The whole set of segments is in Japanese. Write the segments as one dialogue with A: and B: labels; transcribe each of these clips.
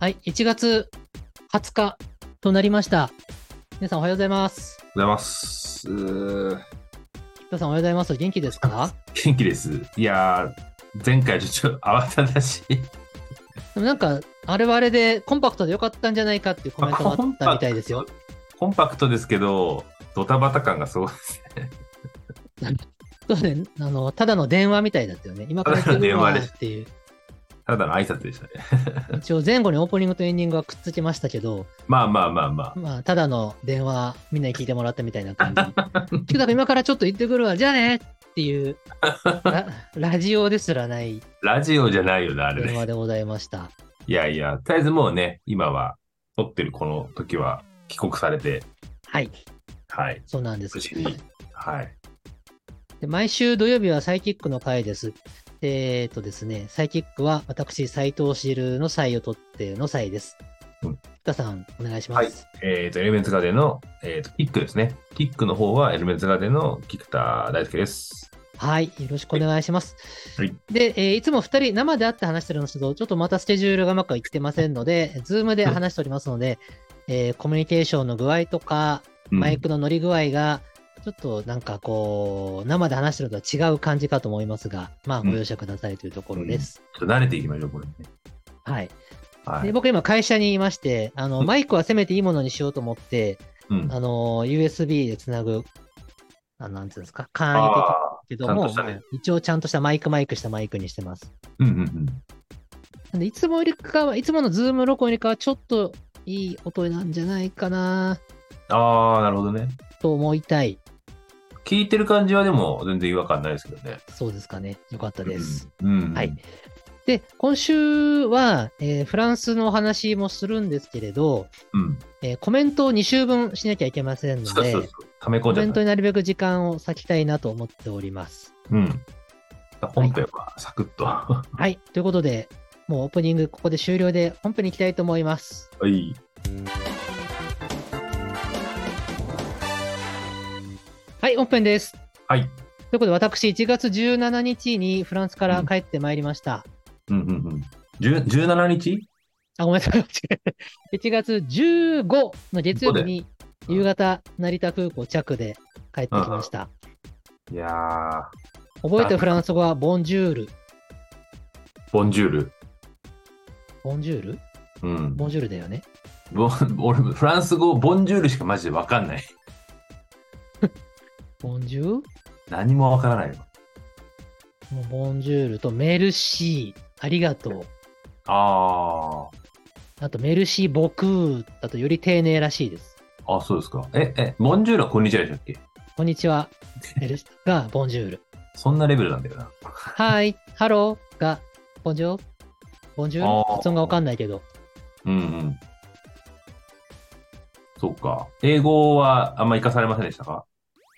A: はい、1月20日となりました。皆さんおはようございます。
B: おはようございます。うー
A: 皆さんおはようございます。元気ですか
B: 元気です。いやー、前回ちょっと慌ただしい。
A: でもなんか、あれはあれでコンパクトで良かったんじゃないかっていうコメントもあったみたいですよ。
B: コンパクトですけど、ドタバタ感がすごいですね。
A: そうね、あの、ただの電話みたいだったよね。今から来るわーっていう。
B: ただの挨拶でしたね。
A: 一応前後にオープニングとエンディングはくっつきましたけ ど、
B: まあまあまあま
A: まあ、ただの電話、みんなに聞いてもらったみたいな感 じ。キュータ君今からちょっと行ってくるわ。じゃあねって いう、ララジオですらない
B: あ。ラジオじゃないよな、あれ
A: 電話
B: ね。
A: でございました。
B: いやいや、とりあえずもうね、今は、撮ってるこの時は帰国されて、
A: はい、
B: はい。
A: そうなんです
B: 無。事に。はい。
A: で毎週土曜日はサイキックの会です。えー、っとですね、サイキックは私、斎藤シルの際を取っての際です。
B: うん
A: 北さん、お願いします。
B: えっ、と、エレメンツガーデンの、えっ、と、キックですね。キックの方はエレメンツガーデンの菊田大輔です。
A: はい、よろしくお願いします。
B: はい
A: で、えーいつも二人生で会って話してるんですけど、ちょっとまたスケジュールがうまくいってませんので、ズームで話しておりますので、えーコミュニケーションの具合とか、
B: うん
A: マイクの乗り具合が、ちょっとなんかこう、生で話してるのとは違う感じかと思いますが、まあ、
B: うん
A: ご容赦くださいというところです。
B: ちょっと慣れていきましょう、これね。
A: はい。
B: は
A: で
B: い。
A: 僕今会社にいまして、あの、
B: うん
A: マイクはせめていいものにしようと思って、
B: うん。
A: あの、USB でつなぐ、あなんていうんですか、簡易的だ
B: あ
A: けど
B: ちゃん
A: も、
B: としたね
A: はい一応ちゃんとしたマイクマイクしたマイクにしてます。
B: ーうんうんうん。
A: なんで、いつもよりかは、いつものズーム録音よりかはちょっといい音なんじゃないかな
B: ああ、なるほどね。
A: と思いたい。
B: 聞いてる感じはでも全然違和感ないですけどね。
A: そうですかね。よかったです。
B: うん。うん
A: はい。で、今週は、えーフランスのお話もするんですけれど、
B: うん。
A: えーコメントを2週分しなきゃいけませんの
B: そう
A: で
B: そうそ、う。溜め込
A: コ
B: んじ
A: メ
B: ゃ
A: ン
B: っ
A: ト
B: た。
A: になるべく時間を割きたいなと思っております。
B: うん。本編はサクッと。 は
A: はい。ということで、もうオープニングここで終了で本編に行きたいと思います。
B: い。
A: はい、本編です。
B: はい。
A: ということで、私、1月17日にフランスから帰ってまいりました。
B: うんうんうん。10 17日
A: あ、ごめんなさい。間違 えた1月15の月曜日に
B: うん
A: 夕方、成田空港着で帰ってきました。
B: いやー、
A: 覚えてるフランス語はボンジュール。
B: ボンジュール。
A: ボンジュール
B: うん。
A: ボンジュールだよね。
B: ボン俺、フランス語、ボンジュールしかマジでわかんない。
A: ボンジュール
B: 何もわからないよ。
A: もうボンジュールとメルシー、ありがとう。
B: あ
A: あとメルシーボクーだとより丁寧らしいです。
B: ー。あ、そうですか。え、え、ボンジュールはこんにちはでしたっけ
A: こんにち は。メルシーがボンジュール。
B: そんなレベルなんだよな。
A: はい、ハローがボンジョー。ボンジュ
B: あ
A: ール
B: ー
A: 発音がわかんないけど。
B: うんうん。そっか。英語はあんま活かされませんでしたか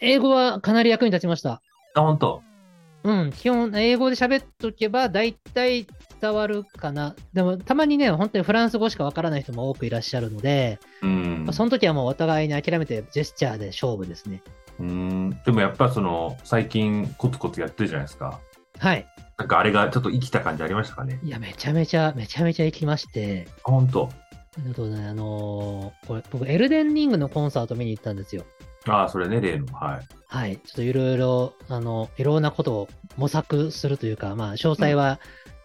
A: 英語はかなり役に立ちました。
B: あ、本当。
A: うん、基本、英語で喋っとけば大体伝わるかな。でも、たまにね、本当にフランス語しかわからない人も多くいらっしゃるので、
B: うん
A: まあ。その時はもうお互いに諦めてジェスチャーで勝負ですね。
B: うん。でもやっぱその、最近コツコツやってるじゃないですか。
A: はい。
B: なんかあれがちょっと生きた感じありましたかね。
A: いや、めちゃめちゃ、めちゃめちゃ行きまして、
B: あ、本当。
A: あとね、あのーこれ、僕、エルデンリングのコンサート見に行ったんですよ。
B: ああ、それね、例の。はい。
A: はい。ちょっといろいろ、あの、いろんなことを模索するというか、まあ、詳細は、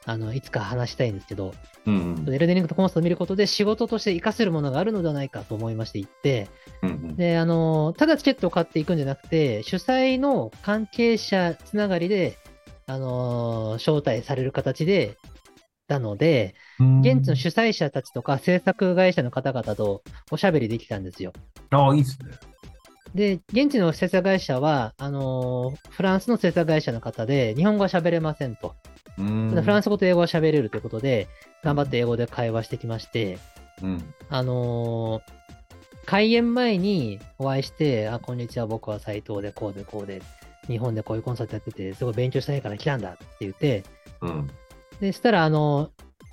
A: あの、いつか話したいんですけど、
B: うんうん。
A: エルデンリングのコンサートを見ることで仕事として活かせるものがあるのではないかと思いまして行って、
B: うんうん、
A: で、あの、ただチケットを買っていくんじゃなくて、主催の関係者つながりで、あのー招待される形で、なので、
B: うん
A: 現地の主催者たちとか制作会社の方々とおしゃべりできたんですよ。
B: ああ、いいっすね。
A: で、現地の制作会社は、あのーフランスの制作会社の方で、日本語は喋れませんと。
B: うん
A: ただフランス語と英語は喋れるということで、頑張って英語で会話してきまして、
B: うん。
A: あのー開演前にお会いして、あ、こんにちは、僕は斎藤でこうでこうで、日本でこういうコンサートやってて、すごい勉強したいから来たんだって言って、
B: うん。
A: で、したら、あのー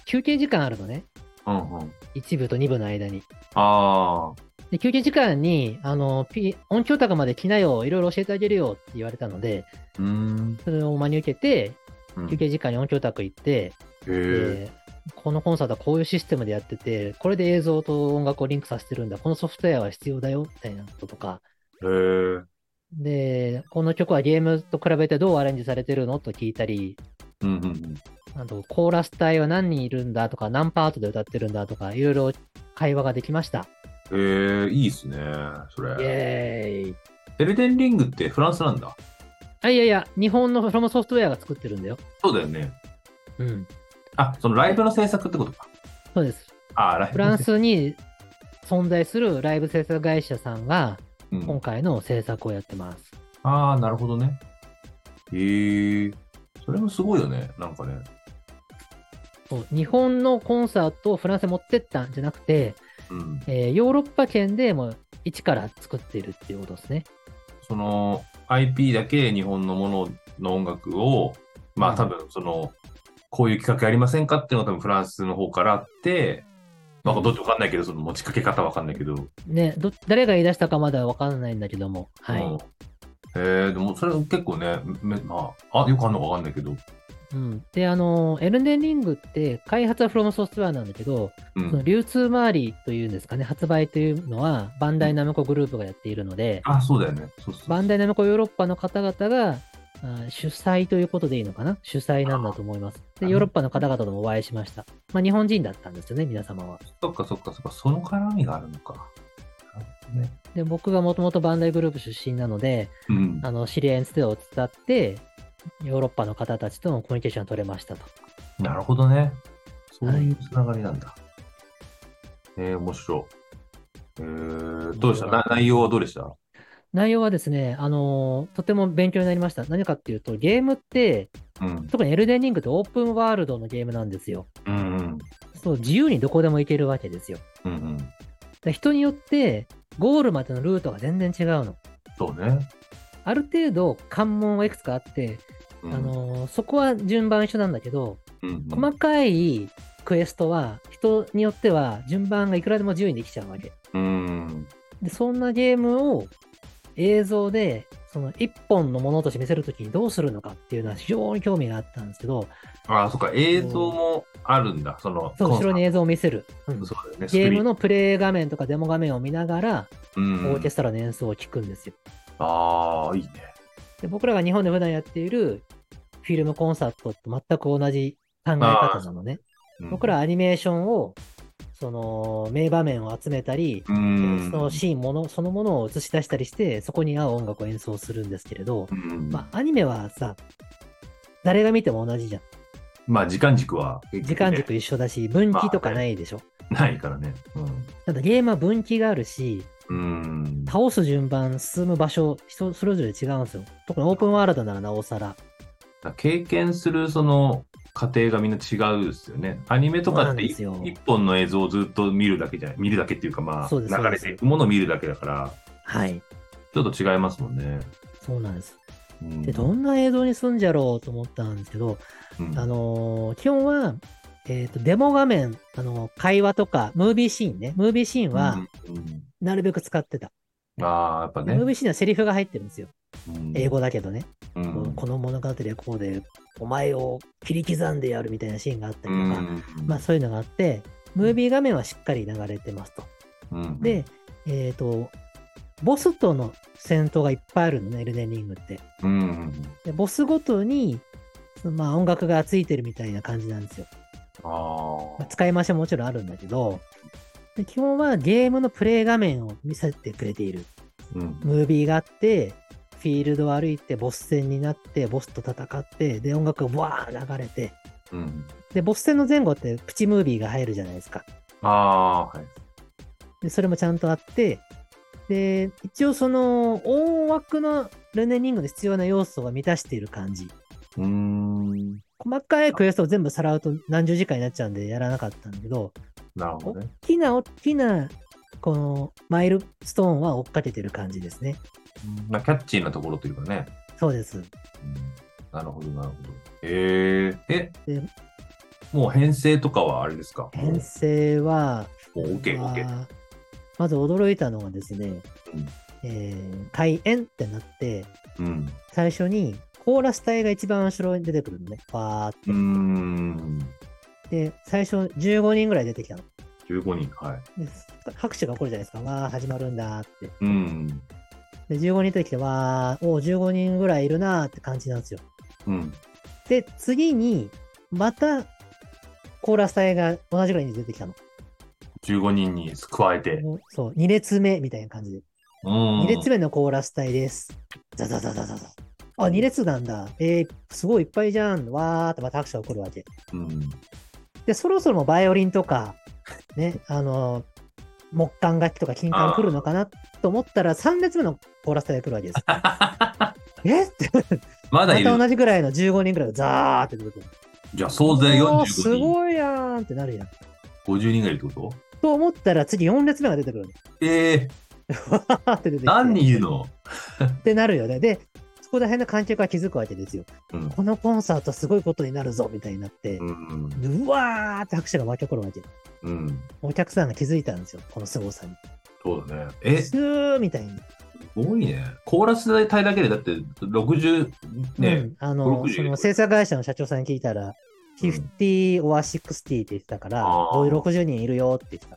A: 休憩時間あるのね。
B: うんうん。
A: 1部と2部の間に。
B: あ
A: で、休憩時間に、あのー、P、音響高まで来なよ、いろいろ教えてあげるよって言われたので、
B: あ。うん。
A: それを真に受けて、
B: うん
A: 休憩時間に音響宅行って、
B: へえ。
A: でこのコンサートはこういうシステムでやってて、これで映像と音楽をリンクさせてるんだ、このソフトウェアは必要だよ、みたいなこととか、
B: へえ。
A: で、この曲はゲームと比べてどうアレンジされてるのと聞いたり、
B: うんうんうん。
A: あと、コーラス隊は何人いるんだとか、何パートで歌ってるんだとか、いろいろ会話ができました。
B: へえ、いいですね、そ
A: イ
B: れ。
A: エーイ。
B: エルデンリングってフランスなんだ。
A: あ、いやいや、日本のフロムソフトウェアが作ってるんだよ。
B: そうだよね。
A: うん。
B: あ、そのライブの制作ってことか。
A: そうです。
B: あ、ライブ
A: フランスに存在するライブ制作会社さんが、
B: う
A: 今
B: ん、
A: 回の制作をやってます。
B: ああ、なるほどね。へえ。それもすごいよね、なんかね。
A: そう日本のコンサートをフランスに持ってったんじゃなくて、
B: うん。
A: えーヨーロッパ圏でもう一から作っているっていうことですね。
B: その IP だけ日本のものの音楽を、ま
A: う
B: あ
A: ん
B: 多分その、こういう企画やりませんかっていうのが多分フランスの方からあって、まあ
A: うん
B: どっちわかんないけど、その持ちかけ方わかんないけど。
A: ね、ど誰が言い出したかまだわかんないんだけども。はい。
B: うんへえ、でもそれ結構ね、めまあ、あ、よくあんのかわかんないけど。
A: うん、で、あの、エルデンリングって開発はフロムソフトウェアなんだけど、
B: う
A: その
B: ん。
A: 流通周りというんですかね、発売というのはバンダイナムコグループがやっているので、
B: あ、そうだよね。そうそう。
A: バンダイナムコヨーロッパの方々があー主催ということでいいのかな主催なんだと思います。
B: あ
A: で、
B: ー
A: ヨーロッパの方々ともお会いしました。まあ、日本人だったんですよね、皆様は。
B: そっかそっかそっか、その絡みがあるのか。なるほどね。
A: で、僕がもともとバンダイグループ出身なので、
B: うん。
A: あの、知り合いにつてを伝って、ヨーロッパの方たちとのコミュニケーションが取れましたと。
B: なるほどね。そういうつながりなんだ。えー、面白い。えー、どうでした
A: 面白い
B: な内容はどうでした
A: 内容はですね、あのーとても勉強になりました。何かっていうと、ゲームって、
B: うん。
A: 特にエルデンリングってオープンワールドのゲームなんですよ。
B: うんうん。
A: そう、自由にどこでも行けるわけですよ。
B: うんうん。
A: で人によって、ゴールまでのルートが全然違うの。
B: そうね。
A: ある程度、関門はいくつかあって、
B: うん、
A: あのーそこは順番一緒なんだけど、
B: うんうん、
A: 細かいクエストは、人によっては順番がいくらでも自由にできちゃうわけ。
B: うん。
A: で、そんなゲームを映像で、その一本のものとして見せるときにどうするのかっていうのは非常に興味があったんですけど、
B: ああ、そっか、映像もあるんだ。その、
A: そう、
B: コ
A: 後
B: ンサ
A: ろに映像を見せる。うん
B: そうだよね。
A: ゲームのプレイ画面とかデモ画面を見ながら、
B: スクリー
A: オ
B: ン、うんう
A: ー
B: ん
A: ケストラの演奏を聴くんですよ。
B: ああ、いいね。
A: で、僕らが日本で普段やっているフィルムコンサートと全く同じ考え方なのね。
B: うん
A: 僕ら、アニメーションを、その、名場面を集めたり、
B: うん。
A: そのシーンもの、そのものを映し出したりして、そこに合う音楽を演奏するんですけれど、
B: うん
A: まあ、アニメはさ、誰が見ても同じじゃん。
B: まあ、時間軸は、
A: 時間軸一緒だし、分岐とかないでしょ。
B: ないからね。うん。
A: ただゲームは分岐があるし、
B: うん。
A: 倒す順番、進む場所、人それぞれ違うんですよ。特にオープンワールドならなおさら。
B: 経験するその過程がみんな違うですよね。アニメとか
A: そうな
B: っ
A: ん
B: て
A: ですよ
B: 一本の映像をずっと見るだけじゃない、見るだけっていうかまあ
A: そうです
B: 流れていくものを見るだけだから、
A: はい。
B: ちょっと違いますもんね。
A: そうなんです。
B: うん
A: で、どんな映像にすんじゃろうと思ったんですけど、
B: うん
A: あのー基本は、えっ、と、デモ画面、あのー会話とか、ムービーシーンね。ムービーシーンは、、
B: うんうん
A: なるべく使ってた。
B: ああ、やっぱ
A: でムー
B: ね。
A: ビーシーンはセリフが入ってるんですよ。
B: うん
A: 英語だけどね。
B: うん
A: この物語でこうで、お前を切り刻んでやるみたいなシーンがあったりとか、
B: うん
A: まあそういうのがあって、ムービー画面はしっかり流れてますと。
B: うん
A: で、えっ、と、ボスとの戦闘がいっぱいあるのね、エルデンリングって。
B: うん
A: でボスごとに、そのまあ音楽がついてるみたいな感じなんですよ。
B: あー
A: まあ使い回しはもちろんあるんだけど、で基本はゲームのプレイ画面を見せてくれている。
B: うん
A: ムービーがあって、フィールドを歩いて、ボス戦になって、ボスと戦って、で、音楽がわー流れて、
B: うん
A: で、ボス戦の前後ってプチムービーが入るじゃないですか。
B: あーはい
A: で、それもちゃんとあって、で、一応その、音枠のルネニングで必要な要素は満たしている感じ。
B: うん
A: 細かいクエストを全部さらうと何十時間になっちゃうんでやらなかったんだけど、
B: なるほどね。
A: 大きな大きな、このマイルストーンは追っかけてる感じですね。
B: うんまあキャッチーなところというかね。
A: そうです。
B: うんなるほど、なるほど。へーえ、
A: で
B: もう編成とかはあれですか
A: 編成は、
B: もう OK、OK。
A: はまず驚いたのがですね、
B: うん
A: えー開演ってなって、
B: うん。
A: 最初にコーラス隊が一番後ろに出てくるのね。わーっ
B: うーん。
A: で、最初15人ぐらい出てきたの。
B: 15人、はい。
A: で拍手が起こるじゃないですか。わー、始まるんだーって。
B: うん、
A: で、15人出てきて、わー、おー、15人ぐらいいるなーって感じなんですよ。
B: うん、
A: で、次に、また、コーラス隊が同じぐらいに出てきたの。
B: 15人に加えて。
A: そう、2列目みたいな感じで。
B: うん、
A: 2列目のコーラス隊です。ザザザザザザ。あ、2列なんだ。えー、すごいいっぱいじゃん。わーってまた拍手が起こるわけ。
B: うん、
A: で、そろそろもうバイオリンとか、ね、あの、木管楽器とか金管来るのかなと思ったら、3列目のコーラス隊が来るわけ です。えって、
B: ま
A: ま
B: だい
A: た
B: る。
A: 同じぐらいの15人ぐらいがザーって出てくる。
B: じゃあ、総勢
A: お
B: 45
A: ーす
B: 人、
A: ごいやーんってなるやん。
B: 50人がいるってこと
A: と思ったら、次4列目が出てくるの。
B: ええ
A: わー って出てきて
B: 何人いるの
A: ってなるよね。で、そこら辺の観客が気づくわけですよ。
B: うん
A: このコンサートすごいことになるぞみたいになって、
B: うん、
A: でうわーって拍手が湧き起こるわけ。
B: うん、
A: お客さんが気づいたんですよ、この凄さに。
B: そうだね。え、す
A: スーみたいに。
B: ごいね。コーラス隊だけで、だって60、
A: う
B: ね、
A: んあ
B: 60
A: の、
B: 入れて
A: そ
B: くれ
A: の制作会社の社長さんに聞いたら、
B: うん
A: 50 or 60って言ってたから、
B: あー
A: おい60人いるよって言って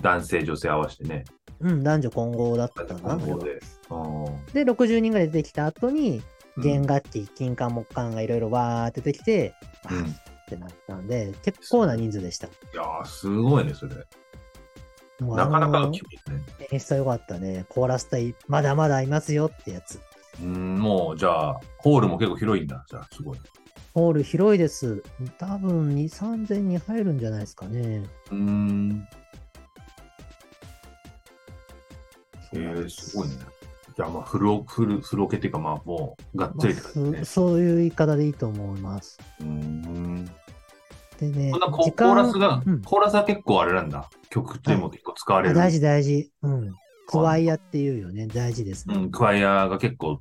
A: た。
B: 男性、女性合わせてね。
A: うん、男女混合だったかな。
B: 混合であー
A: で、60人が出てきた後に、
B: うん
A: 弦楽器、金管、木管がいろいろわーって出てきて、
B: うん
A: わーってなったんで、結構な人数でした。
B: いやー、すごいね、それ。なかなかの規模ね。
A: 演出は良かったね。コーラス隊、まだまだいますよってやつ。
B: うん、もう、じゃあ、ホールも結構広いんだ。じゃあ、すごい。
A: ホール広いです。多分2、3000に入るんじゃないですかね。
B: うん、え
A: そうなん
B: ー、
A: です
B: すごいね。じゃあ、まあ、フルオ、フル、フルオケっていうか、まあ、もう、がっ
A: ま
B: つりって
A: あ
B: 感じね
A: そ。そういう言い方でいいと思います。
B: うん。
A: でね、
B: そんなコ
A: 時
B: コー
A: 間
B: ラスが、
A: うん
B: コーラスは結構あれなんだ。曲でも結構使われ
A: あ
B: る。
A: 大事大事。うん。
B: そ
A: ク
B: うなんだ
A: ワイアっていうよね。大事ですね。
B: うん、クワイアが結構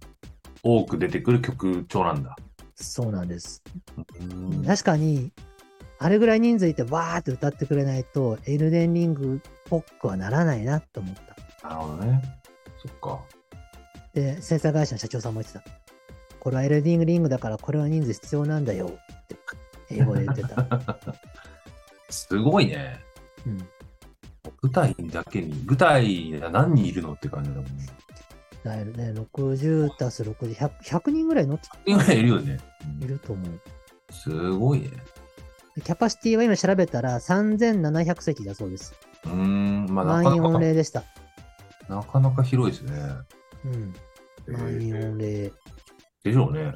B: 多く出てくる曲調なんだ。
A: そうなんです。
B: うん
A: 確かに、あれぐらい人数いてわーって歌ってくれないと、エルデンリングっぽくはならないなと思った。
B: なるほどね。そっか。
A: で、制作会社の社長さんも言ってた。これはエルディングリングだから、これは人数必要なんだよって、英語で言って た。
B: すごいね。
A: うん。
B: 舞台だけに、舞台が何人いるのって感じだもんね。
A: だよね、60足す60、100, 100人ぐらい乗って
B: 今いるよね。
A: いると思う。
B: すごいね。
A: でキャパシティは今調べたら3700席だそうです。
B: うーん、まあな
A: 満員
B: か
A: 御
B: な
A: 礼でした。
B: か、なかなか広いですね。
A: うん。満
B: え
A: 員
B: ー
A: 御礼。
B: でしょうね。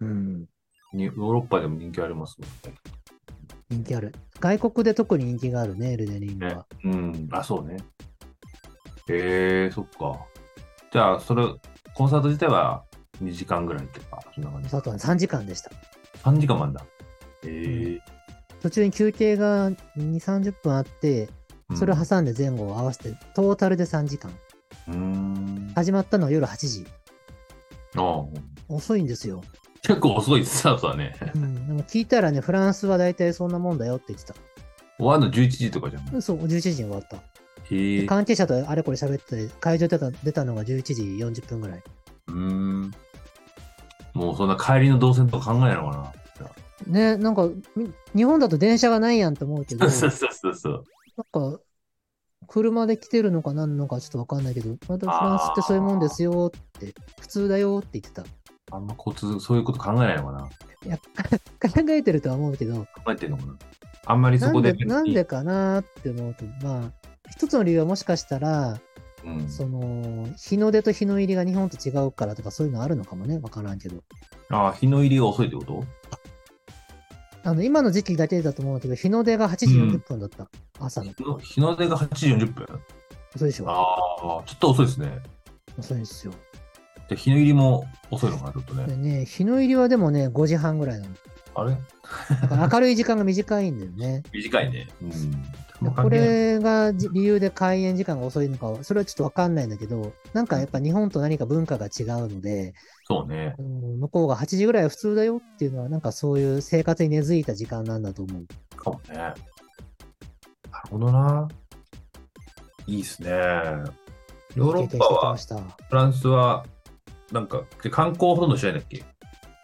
A: うん。
B: にヨーロッパでも人気ありますもんね。
A: 人気ある。外国で特に人気があるね、エルデンリングは。
B: うん、あ、そうね。へえー、そっか。じゃあ、それ、コンサート自体は2時間ぐらいとか、そんな感じ。
A: 佐藤は3時間でした。
B: 3時間もあんだ。へえ
A: 途中に休憩が2、30分あって、
B: ー。
A: それを挟んで前後を合わせて、トータルで3時間。
B: うん。うん。
A: 始まったのは夜8時。
B: あ
A: 遅いんですよ。
B: 結構遅いスタートだね。
A: うん。でも聞いたらね、フランスは大体そんなもんだよって言ってた。
B: 終わるの11時とかじゃん。へ
A: うんそう、11時に終わった。
B: え
A: で
B: ー。
A: 関係者とあれこれ喋ってて、会場出た出たのが11時40分ぐらい。
B: うーん。もうそんな帰りの動線とか考えないのか
A: ね、なんか、み日本だと電車がないやんと思うけど、
B: な。
A: なん
B: そうそうそうそう。
A: か、車で来てるのか何なのかちょっとわかんないけど、またフランスってそういうもんですよって、普通だよって言ってた。
B: あんま交通、そういうこと考えないのかな。
A: いや、考えてるとは思うけど、
B: 考えてんのかな。あんまりそ
A: な
B: こ
A: ん
B: で
A: で
B: 別に。
A: なんでかなって思うと、まあ、一つの理由はもしかしたら、
B: うん。
A: その、日の出と日の入りが日本と違うからとかそういうのあるのかもね、わからんけど。
B: ああ、日の入りが遅いってこと
A: あの、今の時期だけだと思うんだけど、日の出が8時40分だった。朝の。
B: 日の日の出が8時40分
A: そうでしょ。
B: ああ、ちょっと遅いですね。
A: そうですよ。
B: で日の入りも遅いのかな、ちょっとね。
A: でね、日の入りはでもね、5時半ぐらいなの。
B: あれ
A: だから明るい時間が短いんだよね。
B: 短いね。うん。
A: でこれがじ理由で開演時間が遅いのかは、それはちょっとわかんないんだけど、なんかやっぱ日本と何か文化が違うので、
B: そうね。
A: うん向こうが8時ぐらいは普通だよっていうのは、なんかそういう生活に根付いた時間なんだと思う。
B: かもね。なるほどな。いいっすね。ヨーロ
A: いい経験して
B: ッパ
A: き
B: は
A: ま、した。
B: フランスは、なんか、で観光ほとんどしないんだっけ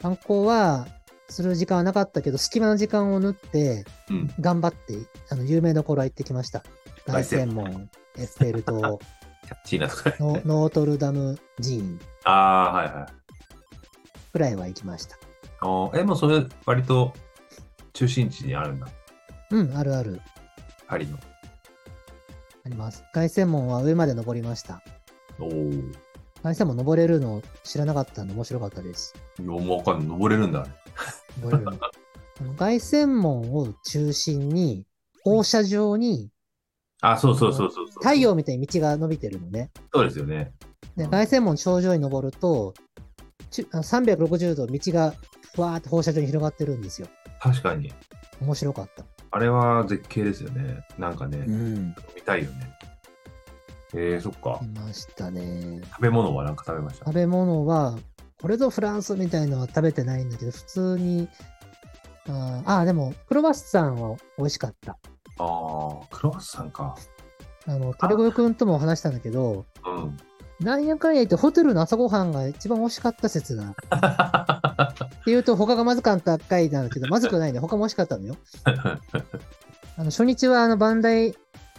A: 観光は、する時間はなかったけど、隙間の時間を縫って、
B: うん。
A: 頑張って、あの、有名どころは行ってきました。
B: 凱
A: 凱
B: 旋
A: 旋門、エッフェル 塔、
B: キャッチーなとかね。
A: ノノートルダム寺院
B: あ あ、はいはい。
A: くらいは行きました。
B: おえ、もうそれ、割と中心地にあるんだ。
A: うん、あるある、
B: パリの。
A: あります。凱旋門は上まで登りました。
B: おお。い
A: 凱旋門登れるの知らなかったんで面白かったです。
B: や、もうわかんない。登れるんだね。
A: 登れる のあの凱旋門を中心に、放射状に
B: あ、そうそうそうそうそう。
A: 太。陽みたいに道が伸びてるのね。
B: そうですよね。
A: で、
B: うん
A: 凱旋門頂上に登ると、ちゅあの360度道がふわーって放射状に広がってるんですよ。
B: 確かに。
A: 面白かった。
B: あれは絶景ですよね。なんかね、
A: ん。
B: 見たいよね。えー、そっか
A: い。ましたね。
B: 食べ物はなんか食べました
A: 食。べ物は、これぞフランスみたいのは食べてないんだけど、普通に、あーあー、でも、クロワッサンは美味しかった。
B: ああ、クロワッサンか。
A: あの、トレゴヨ君とも話したんだけど、
B: うん。
A: なんやかんや言ってホテルの朝ごはんが一番美味しかった説が。っていうと他がまずかった回なんだけど、まずくないね。他も美味しか ったのよ。あの初日はあのバンダイ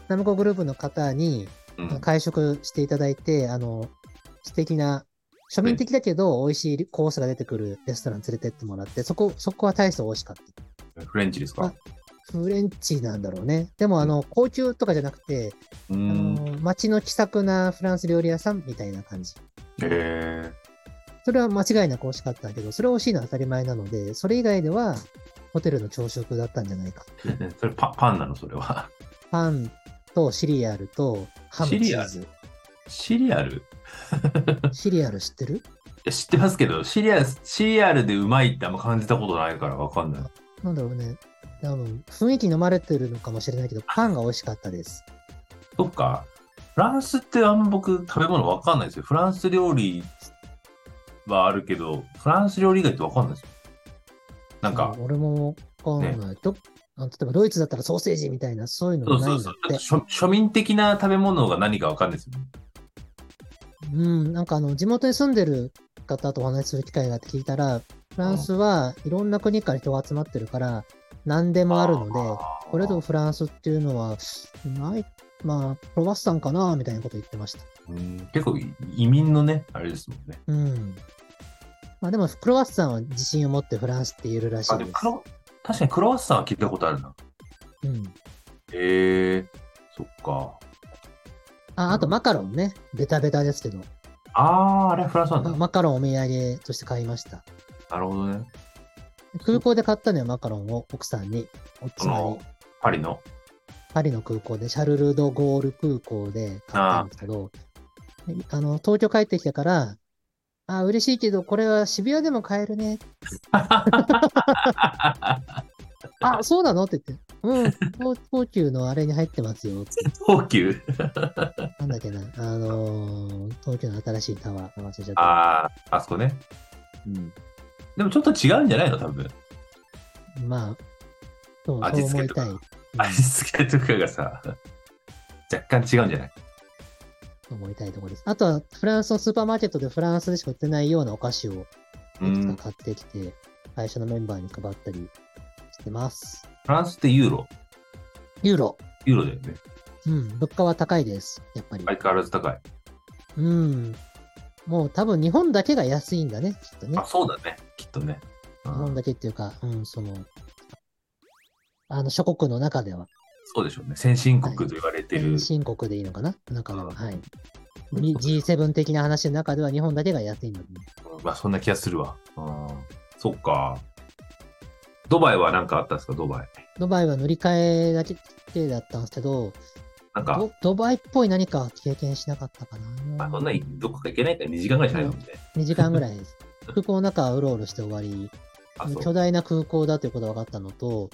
A: ナムコグループの方に
B: うん
A: 会食していただいて、あの、素敵な、庶民的だけど美味しいコースが出てくるレストラン連れてってもらって、そこ、そこは大して美味しかった。
B: フレンチですか
A: あフレンチなんだろうね。でもあの、高級とかじゃなくて、
B: う
A: あ
B: ーん。
A: の、街の気さくなフランス料理屋さんみたいな感じ。
B: へえ
A: それは間違いなく美味しかったけど、それは美味しいのは当たり前なので、それ以外ではホテルの朝食だったんじゃないか。
B: ー。それパパンなのそれは。
A: パンとシリアルとハム
B: シリ
A: チ
B: ア
A: ー
B: ル
A: ズ。
B: シリアルい
A: シリアル知ってる
B: や知ってますけど、シリアル、シリアルでうまいってあんま感じたことないからわかんない。
A: なんだろうね。多分雰囲気に飲まれてるのかもしれないけど、パンが美味しかったです。
B: そっか。フランスってあんま僕食べ物わかんないですよ。フランス料理はあるけど、フランス料理以外ってわかんないですよ。なんか、
A: 俺もわかんない。どあの例えばドイツだったらソーセージみたいな、そういうのも
B: そう
A: ない
B: そうんそ
A: だ
B: う
A: っ。
B: な
A: て。
B: ん
A: う
B: か庶庶民的な食べ物が何かわかんないですよね。
A: ん、なんかあの、地元に住んでる方とお話しする機会があって聞いたら、フランスはいろんな国から人が集まってるから、何でもあるので、これとフランスっていうのは、ない、まあ、クロワッサンかな、みたいなこと言ってました。
B: うん結構移民のね、あれですもんね。
A: うん。まあでも、クロワッサンは自信を持ってフランスって言えるらし
B: あ
A: い
B: で
A: で
B: も
A: す。
B: クロ確かにクロワッサンは聞いたことあるな。
A: うん。
B: へえそっか。
A: あ、あとマカロンね。ベタベタですけど。
B: あー、あれフランスなんだ。
A: まマカロンお土産として買いました。
B: なるほどね。
A: 空港で買ったのよ、マカロンを奥さんに。おつ
B: そ
A: まり
B: の、、パリの。
A: パリの空港で、シャルル・ド・ゴール空港で買ったんですけど、あの、東京帰ってきたから、あ、嬉しいけど、これは渋谷でも買えるねあ、そうなのって言って。うん、東東急のあれに入ってますよ。
B: 東急
A: なんだっけな。あのー、東急の新しいタワー、忘れちゃった。
B: ああ、あそこね。
A: うん、
B: でもちょっと違うんじゃないの多分。
A: まあ、そう
B: 味
A: そう思
B: 付け
A: い
B: と
A: た
B: か
A: い。うん
B: 味付けとかがさ、若干違うんじゃない
A: 思いたいところです。あとは、フランスのスーパーマーケットでフランスでしか売ってないようなお菓子を
B: う
A: いくつか
B: ん。フ
A: 買ってきて、会社のメンバーに配ったりしてます。
B: ランスってユーロ。
A: ユーロ。
B: ユーロだよね。
A: うん、物価は高いです。やっぱり。
B: 相変わらず高い。
A: うん。もう多分日本だけが安いんだね、きっとね。
B: あ、そうだね。きっとね。う
A: 日本
B: ん、
A: だけっていうか、うん、その、あの諸国の中では、
B: そうでしょうね。先進国と言われて
A: 先
B: る。
A: 進国でいいのかな中では、
B: うん
A: はい。に G7 的な話の中では日本だけが安いのに。
B: うんまあ、そんな気がするわ。うん。そっか。ドバイは何かあったんですかドバイ。
A: ドバイは乗り換えだけだったんですけど、
B: なんか、
A: ドドバイっぽい何か経験しなかったか
B: まあ、そ
A: な。
B: んなにどこか行けないから2時間ぐらいしかないもんね。
A: 2時間ぐらい です。空港の中はうろうろして終わり、
B: あ、そう。
A: 巨大な空港だということが分かったのと、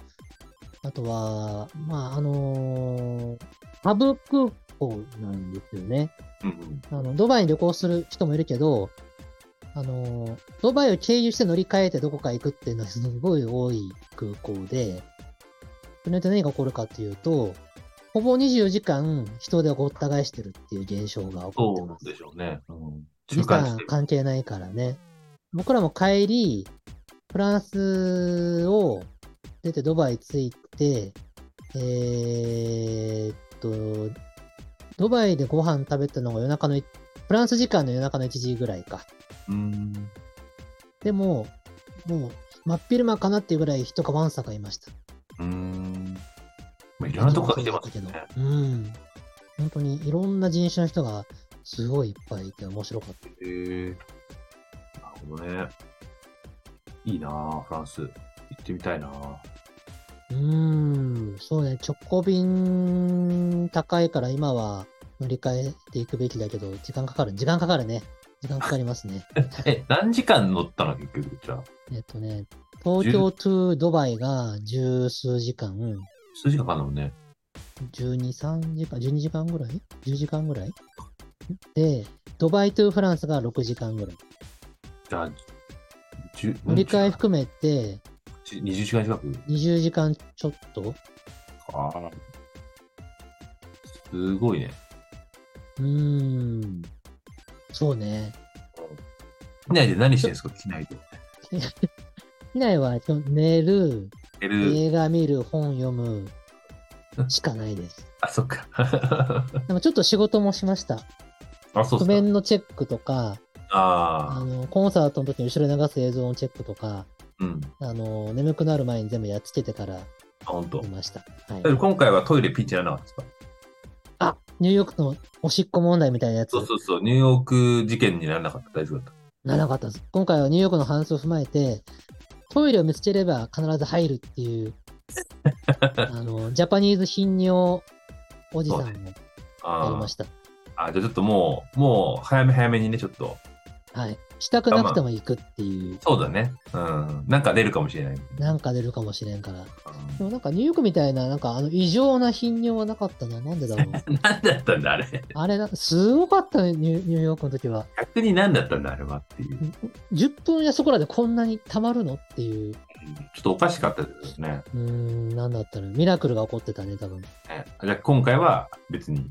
A: あとは、まあ、あのーハブ空港なんですよね。
B: うんうん、
A: あの、ドバイに旅行する人もいるけど、あの、ドバイを経由して乗り換えてどこか行くっていうのはすごい多い空港で、それによって何が起こるかっていうと、ほぼ24時間人でごった返してるっていう現象が起こってま
B: そう
A: す。
B: でしょうね。うん、
A: 時
B: 中間地
A: 間
B: 点
A: 関係ないからね。僕らも帰り、フランスを出てドバイ着いて、えーっと、ドバイでご飯食べたのが夜中のい、フランス時間の夜中の1時ぐらいか。
B: うん。
A: でも、もう、真っ昼間かなっていうぐらい人がわんさかいました。
B: うん。まあ、いろんなとこから来てますよね。
A: うん。本当にいろんな人種の人がすごいいっぱいいて面白かった。
B: へえ。なるほどね。いいなあフランス。行ってみたいなあ
A: うーん、そうね、直行便高いから今は乗り換えていくべきだけど、時間かかる、時間かかるね。時間かかりますね。
B: え、何時間乗ったの結局、じゃあ。
A: えっとね、東京とドバイが十数時間、
B: 数時間かかんのもんね。
A: 12、3時間、12時間ぐらい ?10 時間ぐらいで、ドバイとフランスが6時間ぐらい。
B: じゃあ、じゅ
A: 乗り換え含めて
B: じ20時間近く
A: 20時間ちょっと
B: か。すごいね。
A: うーん。そうね。
B: 機内で何してるんですか機内で。
A: 以内は基本寝る、
B: 寝る。
A: 映画見る、本読むしかないです。
B: あ、そっか。
A: でもちょっと仕事もしました。
B: あ、そ
A: 譜
B: うっすか。
A: 面のチェックとか、あ
B: ああ。
A: のコンサートの時に後ろに流す映像のチェックとか、
B: うん。
A: あの眠くなる前に全部やっつけてから
B: あ、ほんと
A: 寝。ました。はい、
B: 今回はトイレピンチにならなかったですか
A: あニューヨークのおしっこ問題みたいなやつ
B: そうそうそう。ニューヨーク事件にならなかった。大丈夫だっ
A: ならなかったです。今回はニューヨークの反則を踏まえて、トイレを見つければ必ず入るって いう、あのジャパニーズ頻尿おじさんをや
B: た。
A: り
B: あー
A: ました。
B: あ、じゃあちょっともう、もう早め早めにね、ちょっと。
A: はい。したくなくても行くっていう、
B: そうだね。うん。なんか出るかもしれない。
A: なんか出るかもしれんから。
B: うん
A: でもなんかニューヨークみたいな、なんかあの異常な頻尿はなかったな。なんでだろ う。
B: 何だったんだ、あれ。
A: あれな、すごかったね、ニュニューヨークの時は。
B: 逆に何だったんだ、あれはっていう。うん
A: 10分やそこらでこんなに溜まるのっていう。
B: ちょっとおかしかったですね。
A: うーん、なんだったら、ミラクルが起こってたね、多分。
B: ねじゃあ今回は別に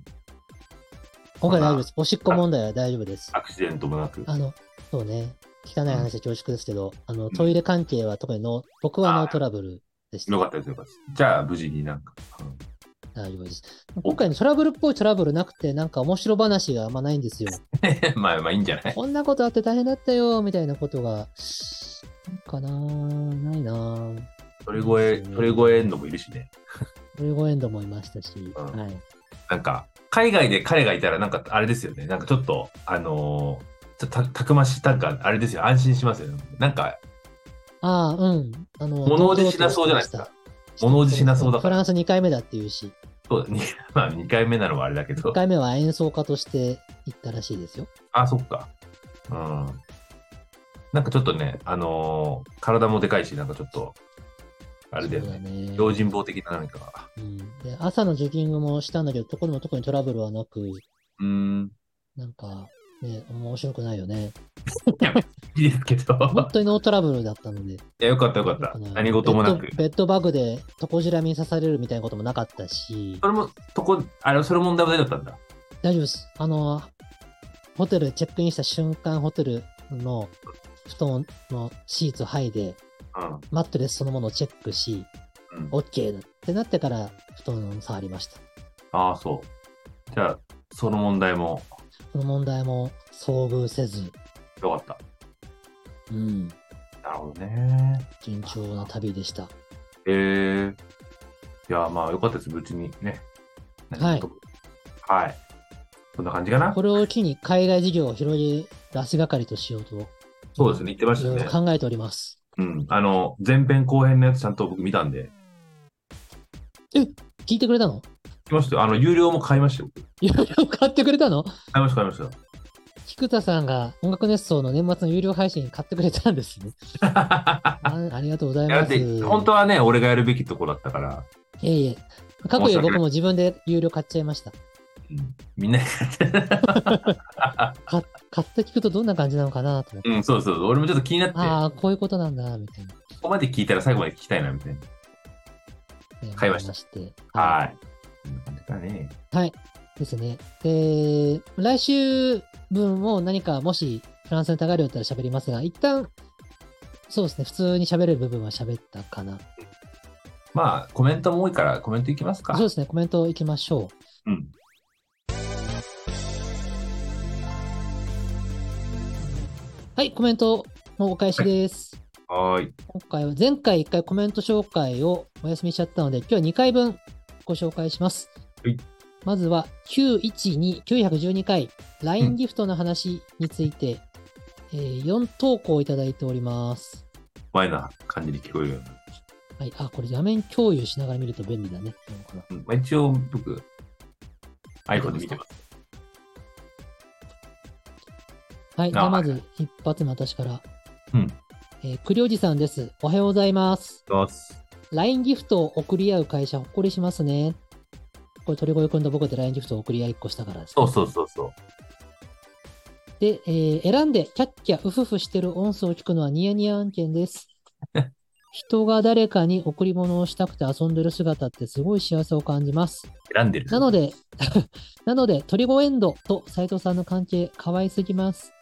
A: 今回大丈夫です。おしっこ問題は大丈夫です。
B: アクシデントもなく。
A: あの、そうね。聞かない話で恐縮ですけど、あの、トイレ関係は特にの、僕はノートラブルでした
B: よ。かったです、よかったです。じゃあ無事になんか。うん
A: 大丈夫です。今回のトラブルっぽいトラブルなくて、なんか面白話があんまないんですよ。
B: まあまあいいんじゃ ない
A: こんなことあって大変だったよ、みたいなことが、なんかなぁないなぁ
B: 鳥越、鳥越エンドもいるしね。
A: トリゴエンドもいましたし、はい。
B: なんか、海外で彼がいたらなんかあれですよね。なんかちょっと、あのーちょっとたたくましい、なんかあれですよ。安心しますよね。なんか、
A: ああ、うん。あの、
B: 物おじしなそうじゃないですか。物おじしなそうだか
A: フ
B: ら。
A: ランス2回目だっていうし、
B: そうだね。 まあ2回目なのはあれだけ
A: 1
B: ど。
A: 回目は演奏家として行ったらしいですよ。
B: あ、そっか。うん。なんかちょっとね、あのー体もでかいし、なんかちょっと、あれだよ
A: そうだ
B: ね。
A: ね。
B: 用心棒的な何かが。
A: うん、で朝のジョギングもしたんだけど、ところも特にトラブルはなく、
B: うー ん。
A: なんか、ね、面白くないよね。
B: いいですけ ど。
A: 本当にノートラブルだったので。
B: いや、よかったよかった。何事もな
A: ベ
B: く
A: ッド。ベッドバグで床じらみに刺されるみたいなこともなかったし
B: そ、れも、とこ、あれ、それ問題は大丈夫だったんだ。
A: 大丈夫です。あの、ホテルチェックインした瞬間、ホテルの布団のシーツを剥いで、
B: うん。
A: マットレスそのものをチェックし、
B: うん、
A: OK だってなってから布団を触りました。
B: ああ、そう。じゃあ、その問題も
A: この問題も遭遇せず、
B: よかった。
A: うん、
B: なるほどね。
A: 順調な旅でした。
B: えー。いや、まあ、よかったです。無事にね。
A: はい
B: はい。そんな感じかな
A: これを機に海外事業を広げ出す係としようと、
B: そうですね。言ってまし
A: い
B: た
A: ろい
B: ね
A: ろ。考えております。
B: うん。あの、前編後編のやつちゃんと僕見たんで。
A: 聞いてくれたの
B: 来ましたよ。あの、有料も買いましたよ。僕
A: いろいろ買ってくれたの
B: 買いました、買いました。
A: 菊田さんが音楽熱奏の年末の有料配信買ってくれたんです ね。あありがとうござい
B: いやだ
A: ま
B: っ
A: す。
B: て、本当はね、俺がやるべきとこだったから、
A: いえいえ。過去
B: 申し
A: よ
B: 訳ない
A: 僕も自分で有料買っちゃいました。
B: うんみんな、
A: か買って聞くとどんな感じなのかなと 思って。
B: うん、そうそう、俺もちょっと気になって、こ
A: ああ、こういうことなんだ、みたいな。。。
B: こまで聞いたら最後まで聞きたいな、みたいな。買いましたはいい。こんな感じだね。
A: ですね。で、来週分も何かもしフランスにたがるようだったら喋りますが、一旦、そうですね。普通に喋る部分は喋ったかな。
B: まあ、コメントも多いから、コメントいきますか。
A: そうですね。コメントいきましょ
B: うん。
A: う。はい、コメントもお返しです。
B: はーい。
A: 今回は前回1回コメント紹介をお休みしちゃったので、今日は2回分ご紹介します。
B: はい
A: まずは912、912回、LINE ギフトの話について、え4投稿いただいております。
B: 前な感じに聞こえるようになる
A: はい、あ、これ画面共有しながら見ると便利だね。どうかな
B: うんまあ、一応、僕、iPhone で見てます。
A: はい、じゃ
B: あ
A: あまず一発目私から。
B: うん。
A: えー、くりおじさんです。おはようございます。
B: どうす
A: LINE ギフトを送り合う会社、ほっこりしますね。これ、鳥越くんと僕で LINE ギフトを送り合いっこしたからです。
B: そうそうそうそう。
A: で、えー選んでキャッキャウフフしてる音声を聞くのはニヤニヤ案件です。人が誰かに贈り物をしたくて遊んでる姿ってすごい幸せを感じます。
B: 選んでる。
A: なので、 なので、トリゴエンドと斉藤さんの関係、可愛すぎます。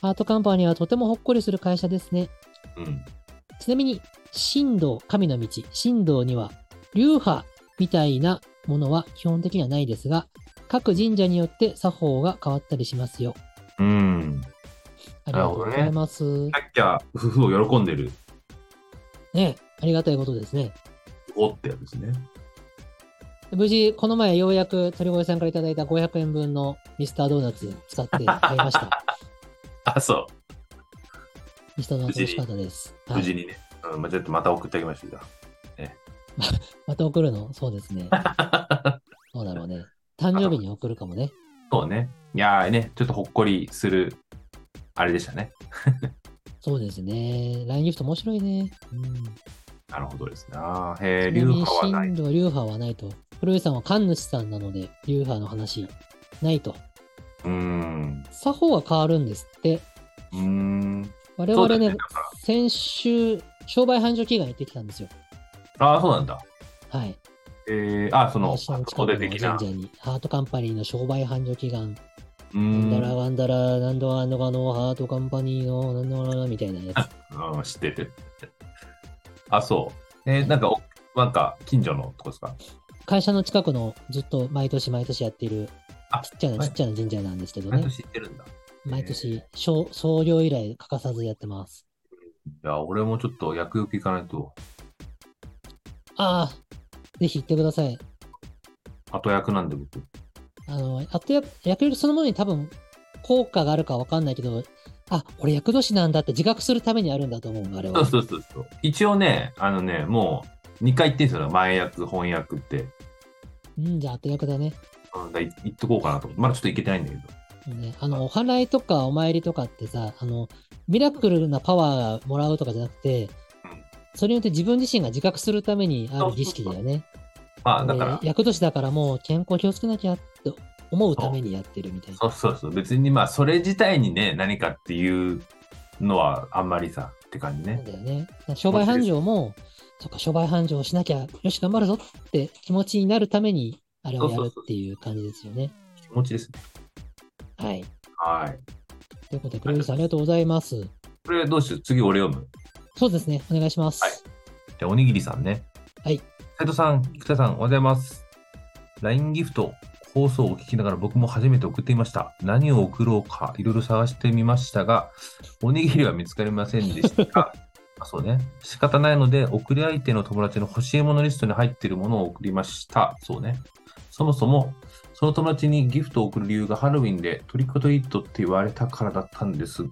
A: アートカンパニーはとてもほっこりする会社ですね。
B: うん。
A: ちなみに、神道、神の道、神道には、流派みたいなものは基本的にはないですが、各神社によって作法が変わったりしますよ。
B: うん。
A: ありがとうございます。ね
B: キャッキャ、夫婦を喜んでる、
A: ありがたいことですね。
B: おってやつですね。
A: 無事、この前ようやく鳥越さんからいただいた500円分のミスタードーナツ使って買いま した。
B: あ、そ
A: ミスタードーナツ美味しかったです。
B: う。
A: は
B: 無
A: い
B: 事にね。うん、まあ、ちょっとまた送ってあげましょうじゃ
A: また送るのそうです ね。
B: あ。
A: そうだろうね。誕生日に送るかもね。
B: そうね。いやーね、ちょっとほっこりする、あれでしたね。
A: そうですね。LINE ギフト面白いね。うん
B: なるほどですね。あーへえ、
A: ち
B: 流
A: なみに
B: 派はない。
A: 神道流派はないと。古江さんは神主さんなので、流派の話、ないと。
B: うーん。
A: 作法が変わるんですって。
B: うーん。
A: 我々
B: そうだ
A: ね、
B: よね
A: 先週、商売繁盛祈願行ってきたんですよ。
B: ああ、そうなんだ。
A: はい。
B: えー、あー、その、
A: 私の近
B: 外
A: く
B: 出
A: の
B: てき
A: 神
B: な。
A: 社に、ハートカンパニーの商売繁盛祈願、
B: うー
A: なん
B: ん
A: だら。がんだら、なんだかんだかの、ハートカンパニーの、なんだかんだかみたいなやつ。
B: うん、知ってて。あ、そう。えー、なんか、おなんか、近所のとこですか
A: 会社の近くの、ずっと毎年毎年やっている
B: あ、
A: ちっちゃな
B: は
A: ち
B: い
A: っちゃな神社なんですけど
B: 毎
A: ね。
B: 年行ってるんだ。
A: 毎年、創創業以来欠かさずやってます。
B: いや、俺もちょっと薬浴行かないと、
A: ああ、ぜひ行ってください。
B: 後役なんで僕。
A: あの、あとや、薬力そのものに多分、効果があるかわかんないけど、あ、これ薬年なんだって自覚するためにあるんだと思う、あれ
B: そう
A: は。
B: そうそうそう。一応ね、あのね、もう、2回行ってんですよ。前役、翻訳って。
A: うん、じゃあ、後役だね。
B: うん、だい行っとこうかなと思って。まだちょっと行けてないんだけど。
A: もうね、あの、お祓いとかお参りとかってさ、あの、ミラクルなパワーもらうとかじゃなくて
B: うん、
A: それによって自分自身が自覚するためにあ
B: そう
A: る
B: そう
A: 儀式だよね。
B: まあ、だから、
A: で厄年だからもう健康気をつけなきゃって思うためにやってるみたいな。
B: そうそうそう。別にまあ、それ自体にね、何かっていうのは、あんまりさ、って感じ
A: そう
B: ね。
A: だよね。商売繁盛も、そっか、商売繁盛しなきゃ、よし、頑張るぞって気持ちになるために、あれをやるっていう感じですよね。
B: 気持ちですね。
A: はい。
B: はい。
A: ということで、黒井さん、ありがとうございます。
B: これどうしよう次俺読む。
A: そうですね、お願いします。
B: はいじゃあおにぎりさんね。
A: はい。
B: 斉藤さん、菊田さん、おはようございます。LINE ギフト、放送を聞きながら僕も初めて送っていました。何を送ろうか、いろいろ探してみましたが、おにぎりは見つかりませんでしたが、あそうね。仕方ないので、送り相手の友達の欲しいものリストに入っているものを送りました。そうね。そもそも、その友達にギフトを送る理由がハロウィンでトリックオアトリートって言われたからだったんです。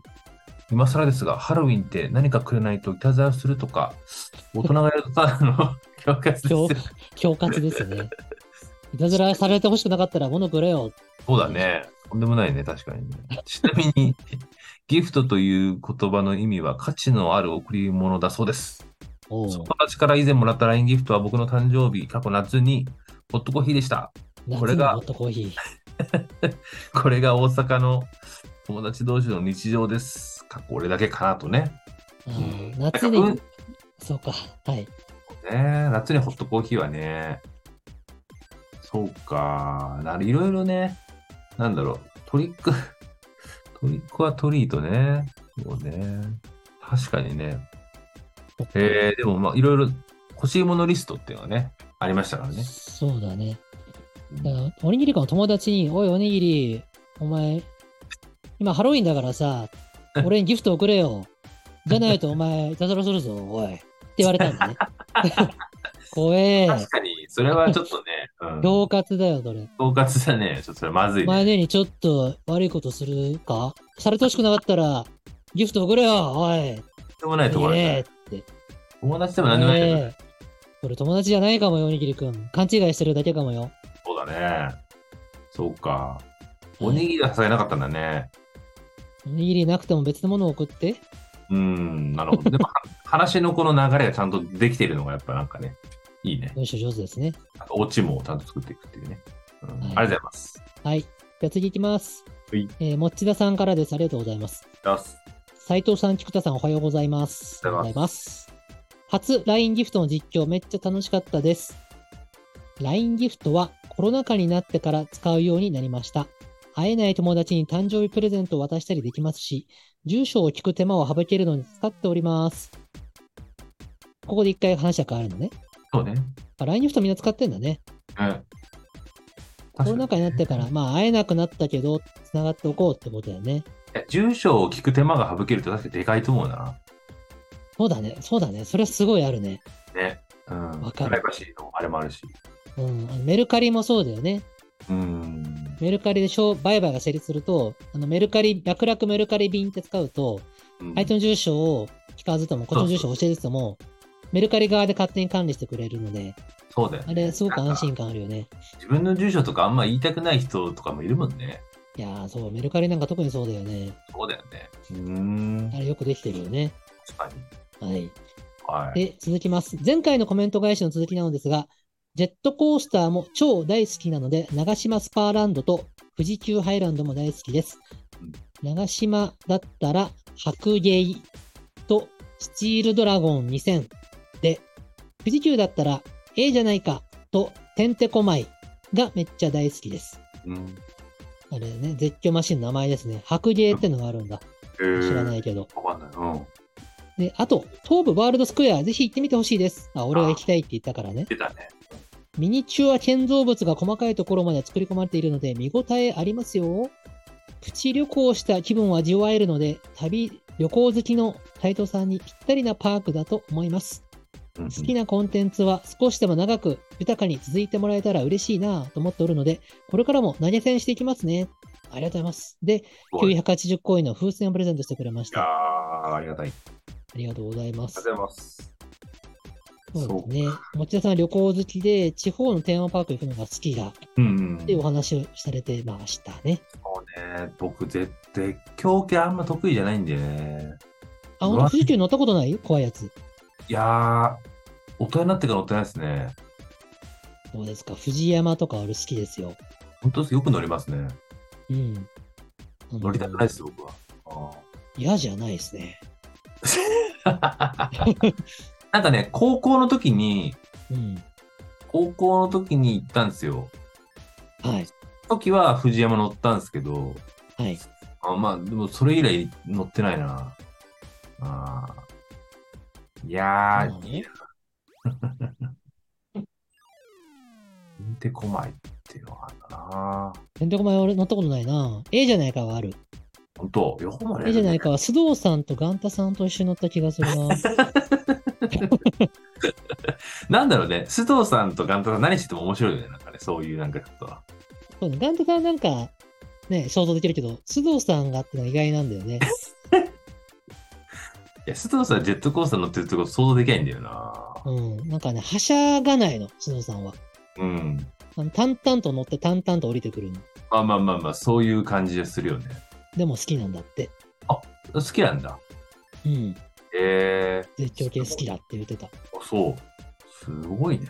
B: 今更ですが、ハロウィンって何かくれないといたずらするとか、大人がやるとただの 恐喝ですよ
A: 恐。恐喝ですね。いたずらされてほしくなかったら、物くれよ。
B: そうだね。とんでもないね、確かにね。ちなみに、ギフトという言葉の意味は価値のある贈り物だそうです。
A: おう
B: 友達から以前もらった LINE ギフトは僕の誕生日、過去夏にホットコーヒーでした。こ
A: 夏
B: れ
A: の
B: が
A: ホットコーヒー。
B: これが大阪の友達同士の日常です。過去俺だけかなとね。
A: あ
B: うん
A: ー夏
B: なんかう
A: に
B: ん、
A: そうか。はい。
B: ね夏にホットコーヒーはね。そうか。なるいろいろね。なんだろう。トリッ ク、トリックはトリートね。そうね。確かにね。えー、でも、まあ、いろいろ欲しいものリストっていうのがね、ありましたからね。
A: そうだね。だから、おにぎりかの友達に、おい、おにぎり、お前、今ハロウィンだからさ、俺にギフト送れ よ。じゃないとお前、いたずらするぞ、おい。って言われたんだ ね。怖え。
B: 確かに、それはちょっとね、うん、
A: 恐喝だよ、それ。
B: 統括だね、ちょっとそれまずい
A: お
B: ね。
A: 前ねにちょっと悪いことするかされてほしくなかったら、ギフト送れよ、おい。
B: とんでもないところだね
A: えって。
B: 友達でも何でもないけど、
A: ええこれ友達じゃないかもよ、おにぎりくん。勘違いしてるだけかもよ。
B: そうだね。そうか。おにぎりはさえなかったんだね。
A: おにぎりなくても別のものを送って。
B: うん、なるほど。でも、は 話のこの流れがちゃんとできているのが、やっぱなんかね、いいね。
A: 文章上手ですね。
B: なんかオチもちゃんと作っていくっていうね。うん
A: はい
B: ありがとうございます。
A: はい。じゃあ次行きます。
B: はい
A: えー、もっちださんからです。ありがとうございます。
B: 出す。
A: 斉藤さん、菊田さん、おはようございます。
B: おはようござい
A: ます。初 LINE ギフトの実況、めっちゃ楽しかったです。LINE ギフトはコロナ禍になってから使うようになりました。会えない友達に誕生日プレゼントを渡したりできますし、住所を聞く手間を省けるのに使っております。ここで一回話が変わるのね。
B: そうね。
A: あ LINE ギフトみんな使ってんだね。
B: うん。
A: コロナ禍になってから、まあ会えなくなったけど、つながっておこうってことだよね。
B: いや住所を聞く手間が省けると確かにでかいと思うな。
A: そうだね、そうだね。それはすごいあるね。
B: ね。うん。
A: わかる
B: プライバシーのあれもあるし。
A: うん。あのメルカリもそうだよね。
B: うん。
A: メルカリで商売買が成立すると、あのメルカリ、楽々メルカリ便って使うと、
B: うん
A: 相手の住所を聞かずとも、こっちの住所を教えずとも、メルカリ側で勝手に管理してくれるので、
B: そうだよ、
A: あ
B: ね。
A: れ、すごく安心感あるよね。
B: 自分の住所とかあんま言いたくない人とかもいるもんね。
A: いやー、そう、メルカリなんか特にそうだよね。
B: そうだよね。うん
A: あ。れ、よくできてるよね。
B: 確かに。
A: はい。
B: はい。
A: で、続きます。前回のコメント返しの続きなのですが、ジェットコースターも超大好きなので、長島スパーランドと富士急ハイランドも大好きです
B: うん。
A: 長島だったら、白芸とスチールドラゴン2000で、富士急だったら、ええじゃないかと、てんてこまいがめっちゃ大好きです。
B: うん。
A: あれね、絶叫マシンの名前ですね。白芸ってのがあるんだ。
B: え
A: 知らな
B: ー、
A: いけど。
B: わかんない。うん。
A: で、あと、東武ワールドスクエア、ぜひ行ってみてほしいです。あ、俺が行きたいって言ったからね。
B: 出たね。
A: ミニチュア建造物が細かいところまで作り込まれているので見応えありますよ。プチ旅行した気分を味わえるので、旅、旅行好きの斉藤さんにぴったりなパークだと思います。
B: うん、
A: 好きなコンテンツは少しでも長く豊かに続いてもらえたら嬉しいなぁと思っておるので、これからも投げ銭していきますね。ありがとうございます。で、
B: すごいい
A: 980コインの風船をプレゼントしてくれまし
B: や
A: た。あ
B: ーありがたい。あり
A: りがとうございます
B: が。とうございます。
A: そうですね。持田さんは旅行好きで、地方のテーマパーク行くのが好きだ
B: うんうん。
A: っていうお話をされてましたね。
B: そうね、僕、絶絶叫系あんま得意じゃないんでね。
A: あ、
B: うわ
A: ほんと、富士急乗ったことない怖いやつ。
B: いやー、大人になってから乗ってないですね。
A: どうですか藤山とか俺好きですよ。
B: 本当ですよく乗りますね。
A: うん。あの
B: 乗りたくないです、僕は。あ
A: 嫌じゃないですね。
B: ーなんかね、高校の時に、
A: うん。
B: 高校の時に行ったんですよ。
A: はい。
B: 時は藤山乗ったんですけど、
A: はい。
B: あまあ、でもそれ以来乗ってないな。あーいや
A: そう
B: ー、
A: ね
B: いいな。てんてこまいっていうのがあったな。
A: てんてこまい俺乗ったことないな。A じゃないかはある。
B: 本当、横まで。
A: A じゃないかは須藤さんとガンタさんと一緒に乗った気がするな。
B: なんだろうね、須藤さんとガンタさん何してても面白いよね、なんかね、そういうなんかちょっと。
A: そうね。ガンタさんなんか、ね、想像できるけど、須藤さんがってのは意外なんだよね。
B: いや、須藤さんジェットコースター乗ってるってこと想像できないんだよな。
A: うん。なんかね、はしゃがないの、須藤さんは。
B: うん。
A: あの淡々と乗って淡々と降りてくるの。
B: まあまあまあまあ、そういう感じがするよね。
A: でも好きなんだって。
B: 好きなんだ。
A: うん。
B: え
A: 絶叫系好きだって言ってた。
B: ー、あそう。すごいね。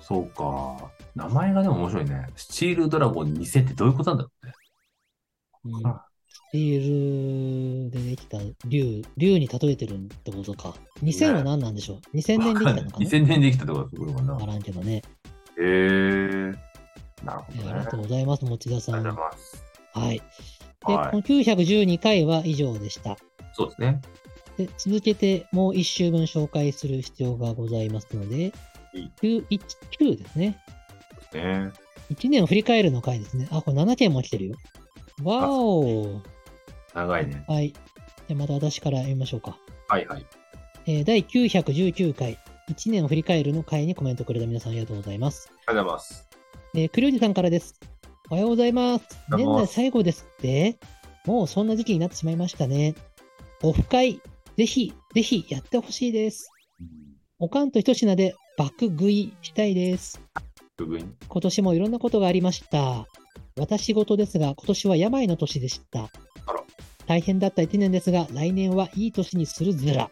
B: そうか。名前がでも面白いね。スチールドラゴン2000ってどういうことなんだろうね。
A: うん
B: あ
A: ビールでできた竜、竜に例えてるってことか。2000は何なんでしょう ?2000 年でき たのかな
B: 2000年できたとかってことかな
A: わか。らんけどね。
B: えー、なるほ
A: え
B: ど
A: ーあり
B: ね。あり
A: が
B: が
A: と
B: と
A: う
B: う
A: ございます、持田さ
B: ご
A: ん。
B: ざい
A: は
B: ます。
A: い。で、
B: は
A: こ
B: い。
A: の912回は以上でした。で続けてもう1週分紹介する必要がございますので
B: はい、
A: 9、1 9ですね。
B: ね。
A: 1年を振り返るの回ですね。あ、これ7件も来てるよ。わお
B: 長いね。
A: はい。じゃあまた私から読みましょうか。
B: はいはい。
A: えー第919回、1年を振り返るの回にコメントくれた皆さんありがとうございます。
B: ありがとうございます。
A: えー、クリュージさんからです。おはようございます。
B: どう
A: 年
B: も
A: 内最後ですってもうそんな時期になってしまいましたね。オフ会、ぜひ、ぜひやってほしいです。おかんと一品で爆食いしたいです。
B: 部分。
A: 今年もいろんなことがありました。私事ですが、今年は病の年でした。
B: あら
A: 大変だった1年ですが、来年はいい年にするずら。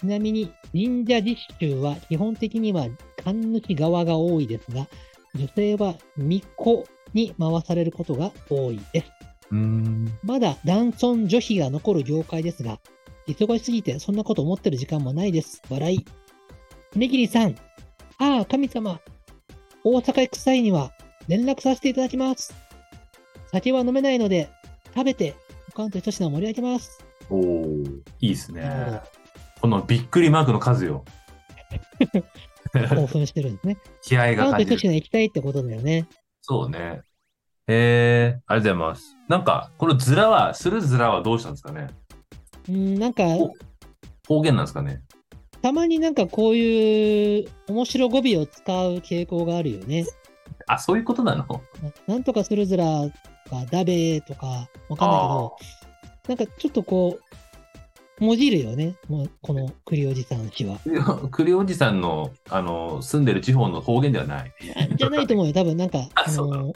A: ちなみに、忍者実習は基本的には神主側が多いですが、女性は巫女に回されることが多いです。
B: うーん。
A: まだ男尊女卑が残る業界ですが、忙しすぎてそんなこと思ってる時間もないです。笑い。おにぎりさん。ああ、神様。大阪行く際には連絡させていただきます。酒は飲めないので、食べて、おかんと一品盛り上げます。
B: おお、いいです
A: なる
B: ね。このびっくりマークの数よ。
A: 興奮してるんですね。
B: 気合
A: お
B: が
A: かんと
B: 感じ
A: 一
B: る。
A: 品行きたいってことだよね。
B: そうね。えー、ありがとうございます。なんか、このズラは、するズラはどうしたんですかね
A: うん、なんか、
B: お方言なんですかね
A: たまになんかこういう面白語尾を使う傾向があるよね。
B: あ、そういうことなの
A: ななんとかするずらとか、だべーとか、わかんないけど、なんかちょっとこう、もじるよね、もうこの栗おじさん氏は。
B: 栗おじさんの、あの、住んでる地方の方言ではない。
A: じゃないと思うよ、多分なんか、
B: あ
A: あ
B: そうな
A: の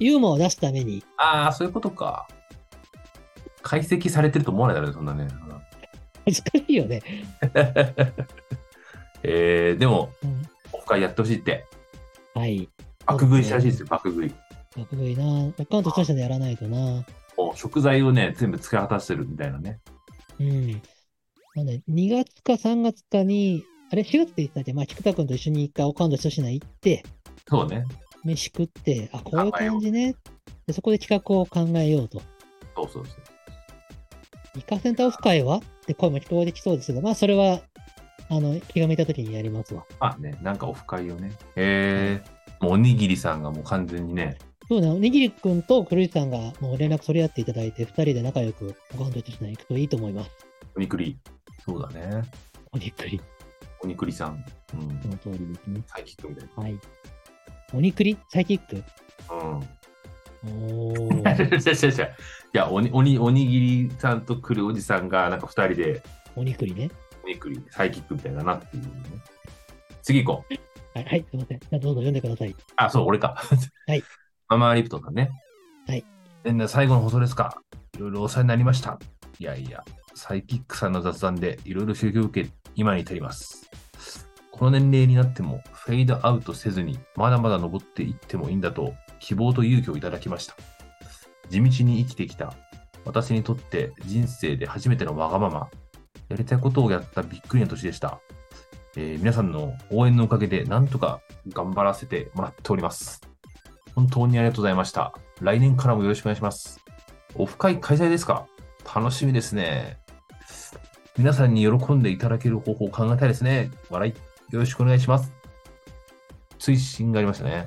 A: ユーモアを出すために、
B: ああ、そういうことか。解析されてると思わないだろうね、そんなね。
A: 難しいよね。
B: えー、でも、
A: うん
B: オフ会やってほしいって。
A: はい。
B: 爆食いしたらしいですよ、爆食い。
A: すごいな。アカウント一つでやらないとな。
B: お食材をね、全部使い果たしてるみたいなね。
A: うん。なんで、2月か3月かに、あれ、4月って言ってたっけまあ、菊田君と一緒に一回、おかんと一品行って、
B: そうね。
A: 飯食って、あ、こういう感じね。でそこで企画を考えようと。
B: そうそうそう。
A: イカセンターオフ会はって声も聞こえてきそうですが、まあそれは、あの、気が向いた時にやりますわ。
B: まあね、なんかオフ会をね。へえ。もうおにぎりさんがもう完全にね、
A: そうね、おにぎりくんとくるいさんがもう連絡取り合っていただいて、二人で仲良くご飯と一緒に行くといいと思います。
B: おにくり。そうだね。
A: おにくり、
B: おにくりさん。うん
A: そ。の通りですね。
B: サイキックみたい
A: はい。おにくりサイキック
B: な。うん。
A: お
B: いや
A: ー、
B: 違う違う違ういや、おに、おに、おにぎりさんと来るおじさんが、なんか二人で、
A: おにくりね。
B: おにくり、サイキックみたいだなっていうね。次行こう。
A: はい、はい、すいません。じゃあどうぞ読んでください。
B: あ、そう、俺か。
A: はい。
B: ママリプトンさんね。
A: はい。
B: 年内最後の放送ですか。いろいろお世話になりました。いやいや、サイキックさんの雑談でいろいろ修行を受け、今に至ります。この年齢になってもフェードアウトせずに、まだまだ登っていってもいいんだと、希望と勇気をいただきました。地道に生きてきた、私にとって人生で初めてのわがまま、やりたいことをやったびっくりな年でした。えー皆さんの応援のおかげで、なんとか頑張らせてもらっております。本当にありがとうございました。来年からもよろしくお願いします。オフ会開催ですか楽しみですね。皆さんに喜んでいただける方法を考えたいですね。笑い。よろしくお願いします。追伸がありましたね。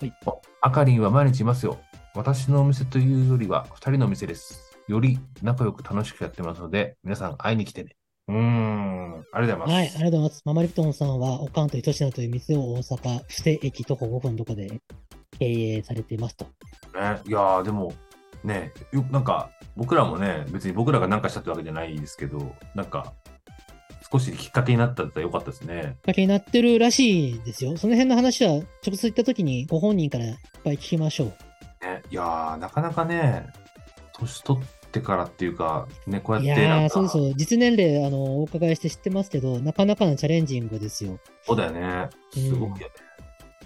A: はい
B: あ。あかりんは毎日いますよ。私のお店というよりは2人のお店です。より仲良く楽しくやってますので、皆さん会いに来てね。うーん。ありがとうございます。
A: はい、ありがとうございます。ママリプトンさんは、おかんとひとしなという店を大阪、布施駅徒歩5分のとこで経営されていますと。
B: ね、いやーでもねよなんか僕らもね別に僕らが何かしたってわけじゃないですけどなんか少しきっかけになったってよかったですね
A: きっかけになってるらしいですよ。その辺の話は直接行った時にご本人からいっぱい聞きましょう。
B: ねいやーなかなかね年取ってからっていうかねこう
A: い
B: やって
A: やー、
B: なんか
A: そうそう、実年齢あのお伺いして知ってますけど、なかなかのチャレンジングですよ。
B: そうだよね
A: うん
B: すごくよね、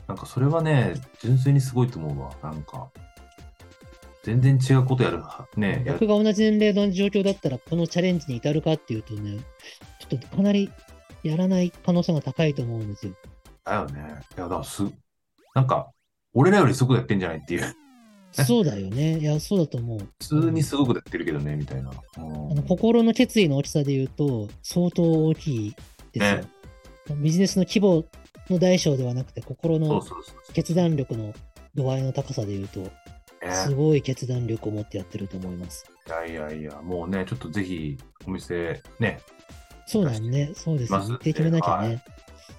B: なんかそれはね純粋にすごいと思うわなんか全然違うことやるねや
A: 僕
B: る
A: が同じ年齢の状況だったら、このチャレンジに至るかっていうとね、ちょっとかなりやらない可能性が高いと思うんですよ。
B: だよねいやだからすなんか俺らよりすごいやってんじゃないっていう
A: そうだよね。いや、そうだと思う。
B: 普通にすごくやってるけどね、みたいな。うん
A: あの心の決意の大きさで言うと、相当大きいですよ。ビジネスの規模の大小ではなくて、心
B: そう
A: の
B: そうそうそう。
A: 決断力の度合いの高さで言うと、す
B: ね
A: ごい決断力を持ってやってると思います。
B: いやいやいや、もうね、ちょっとぜひお店、ね、
A: そうなんね。そうですよ。
B: まず
A: 日程決めなきゃね。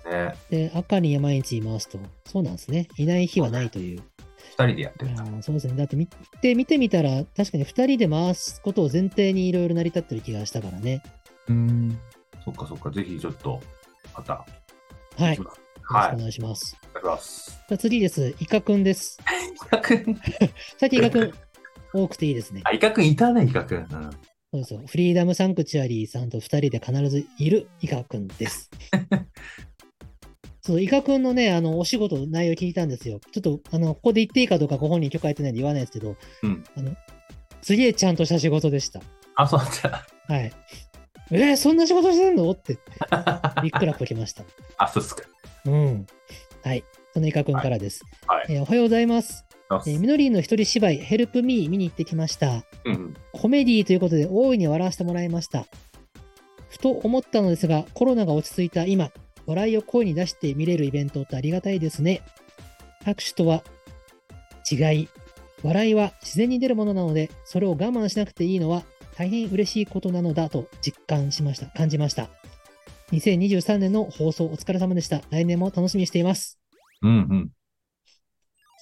B: ね、
A: で、赤に毎日いますと。そうなんですね。いない日はないという。
B: 二人でやって
A: い
B: る
A: や
B: から。
A: ーそうですね。だって見て、見てみたら、確かに2人で回すことを前提にいろいろ成り立ってる気がしたからね。
B: うん。そっかそっか、ぜひちょっと、また。
A: はい。よ
B: 行きます
A: ろ
B: は
A: し
B: い。
A: くお
B: お願
A: 願いします。
B: いします。
A: じゃあ次です。イカくんです。
B: イカくん。
A: 最近イカくん多くていいですね。
B: あ、イカくんいたね、イカくん。うん
A: そうですよ。フリーダムサンクチュアリーさんと2人で必ずいるイカくん です。そう、イカくんのね、あの、お仕事、内容聞いたんですよ。ちょっと、あの、ここで言っていいかどうかご本人許可得てないんで言わないですけど、
B: うん
A: あの、すげえちゃんとした仕事でした。
B: あ、そうじゃ
A: はい。えー、そんな仕事してんの って、
B: あ。
A: びっくらっときました。
B: あ、そうっすか。
A: うん。はい。そのイカくんからです。
B: はいはい
A: えーおはようございます。
B: あ
A: えー、みのりんの一人芝居、ヘルプミー見に行ってきました。
B: うん。
A: コメディーということで大いに笑わせてもらいました。ふと思ったのですが、コロナが落ち着いた今、笑いを声に出して見れるイベントってありがたいですね。拍手とは違い、笑いは自然に出るものなので、それを我慢しなくていいのは大変嬉しいことなのだと実感しました、感じました。2023年の放送お疲れ様でした。来年も楽しみにしています。
B: うんうん。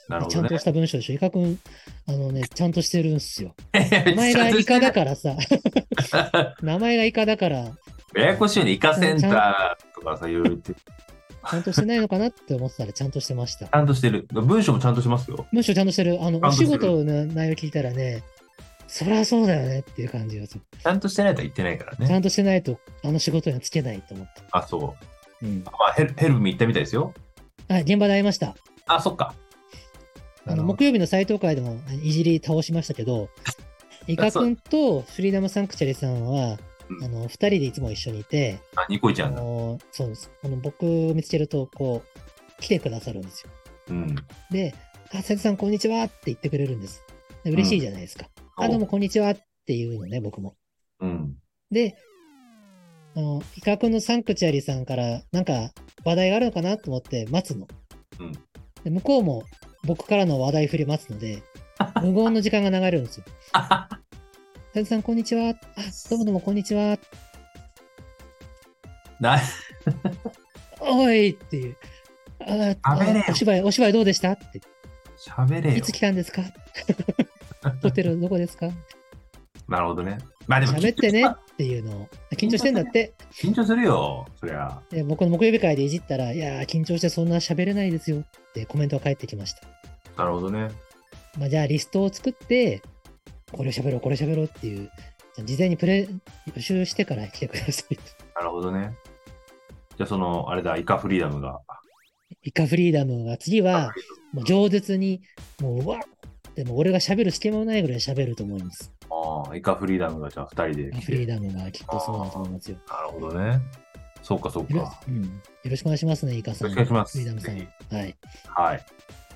B: なるほ
A: ちゃ
B: ど
A: んと
B: ね
A: し。た文章でしょ。イカくん、あのね、ちゃんとしてるんですよ。
B: お
A: 名前がイカだから さ、
B: ら。
A: 名前がイカだから、
B: ややこしいよね。イカセンターとかさ、いろいろ言って。ち
A: ちゃんとしてないのかなって思ってたらちゃんとしてました。
B: ゃんとしてる。文章もちゃんとしてますよ。
A: むしろちゃんとしてる。あの、
B: ゃん
A: お
B: として
A: 仕
B: る
A: 事の内容聞いたらね、そりゃそうだよねっていう感じがする。
B: ちゃんとしてないとは言ってないから
A: ちゃ
B: ね。
A: んとしてないと、あの仕事にはつけないと思った。
B: あ、そう。
A: うん。
B: まあ、ヘルヘルプに行ったみたいですよ。
A: あ、現場で会いました。
B: あ、そっか。
A: あの、
B: なるほど
A: 木曜日の斎藤会でもあのいじり倒しましたけ ど、イカ君とフリーダムサンクチャリさんは
B: う、ん
A: あの、二人でいつも一緒にいて、
B: あ、ニコイち
A: あ
B: ゃんだ。
A: の、そうです。あの、僕を見つけると、こう、来てくださるんですよ。
B: うん。
A: で、あ、斉藤さん、こんにちはって言ってくれるんです。で嬉しいじゃないですか。あ、どうも、こんにちはっていうのね、僕も。
B: うん。
A: で、あの、イカ君のサンクチュアリさんから、なんか、話題があるのかなと思って待つの。
B: うん
A: で向こうも、僕からの話題振り待つので、無言の時間が流れるんですよ。斉藤さん、こんにちは。あ、どうもどうも、こんにちは。
B: な、
A: おいっていう。ああ
B: 喋れよ
A: お芝居、お芝居どうでしたって。
B: 喋れ
A: い
B: よ
A: つ。来たんですか ホテルどこですか
B: なるほどね。まあでも、
A: 喋ってねっていうのを。緊張してんだって。
B: 緊張するよ。そりゃ。
A: で僕の木曜日会でいじったら、いやー、緊張してそんな喋れないですよってコメントが返ってきました。
B: なるほどね。
A: まあ、じゃあリストを作って、これを喋ろう、これを喋ろうっていう、事前にプレ予習してから来てくださいと。
B: なるほどね。じゃあ、その、あれだ、イカフリーダムが。
A: イカフリーダムが次は、もう饒舌に、もう、うわっでも俺が喋る隙間もないぐらい喋ると思います。
B: ああ、イカフリーダムがじゃあ二人で
A: イカ
B: 来
A: フリー
B: て。
A: ダムがきっとそうだと思いますよ。
B: なるほどね。そうか、そう
A: よろ
B: か。
A: うん、よろしくお願いしますね、イカ さん。
B: よろしくお願いします
A: フリーダムさん。
B: ぜ
A: はい。
B: はい。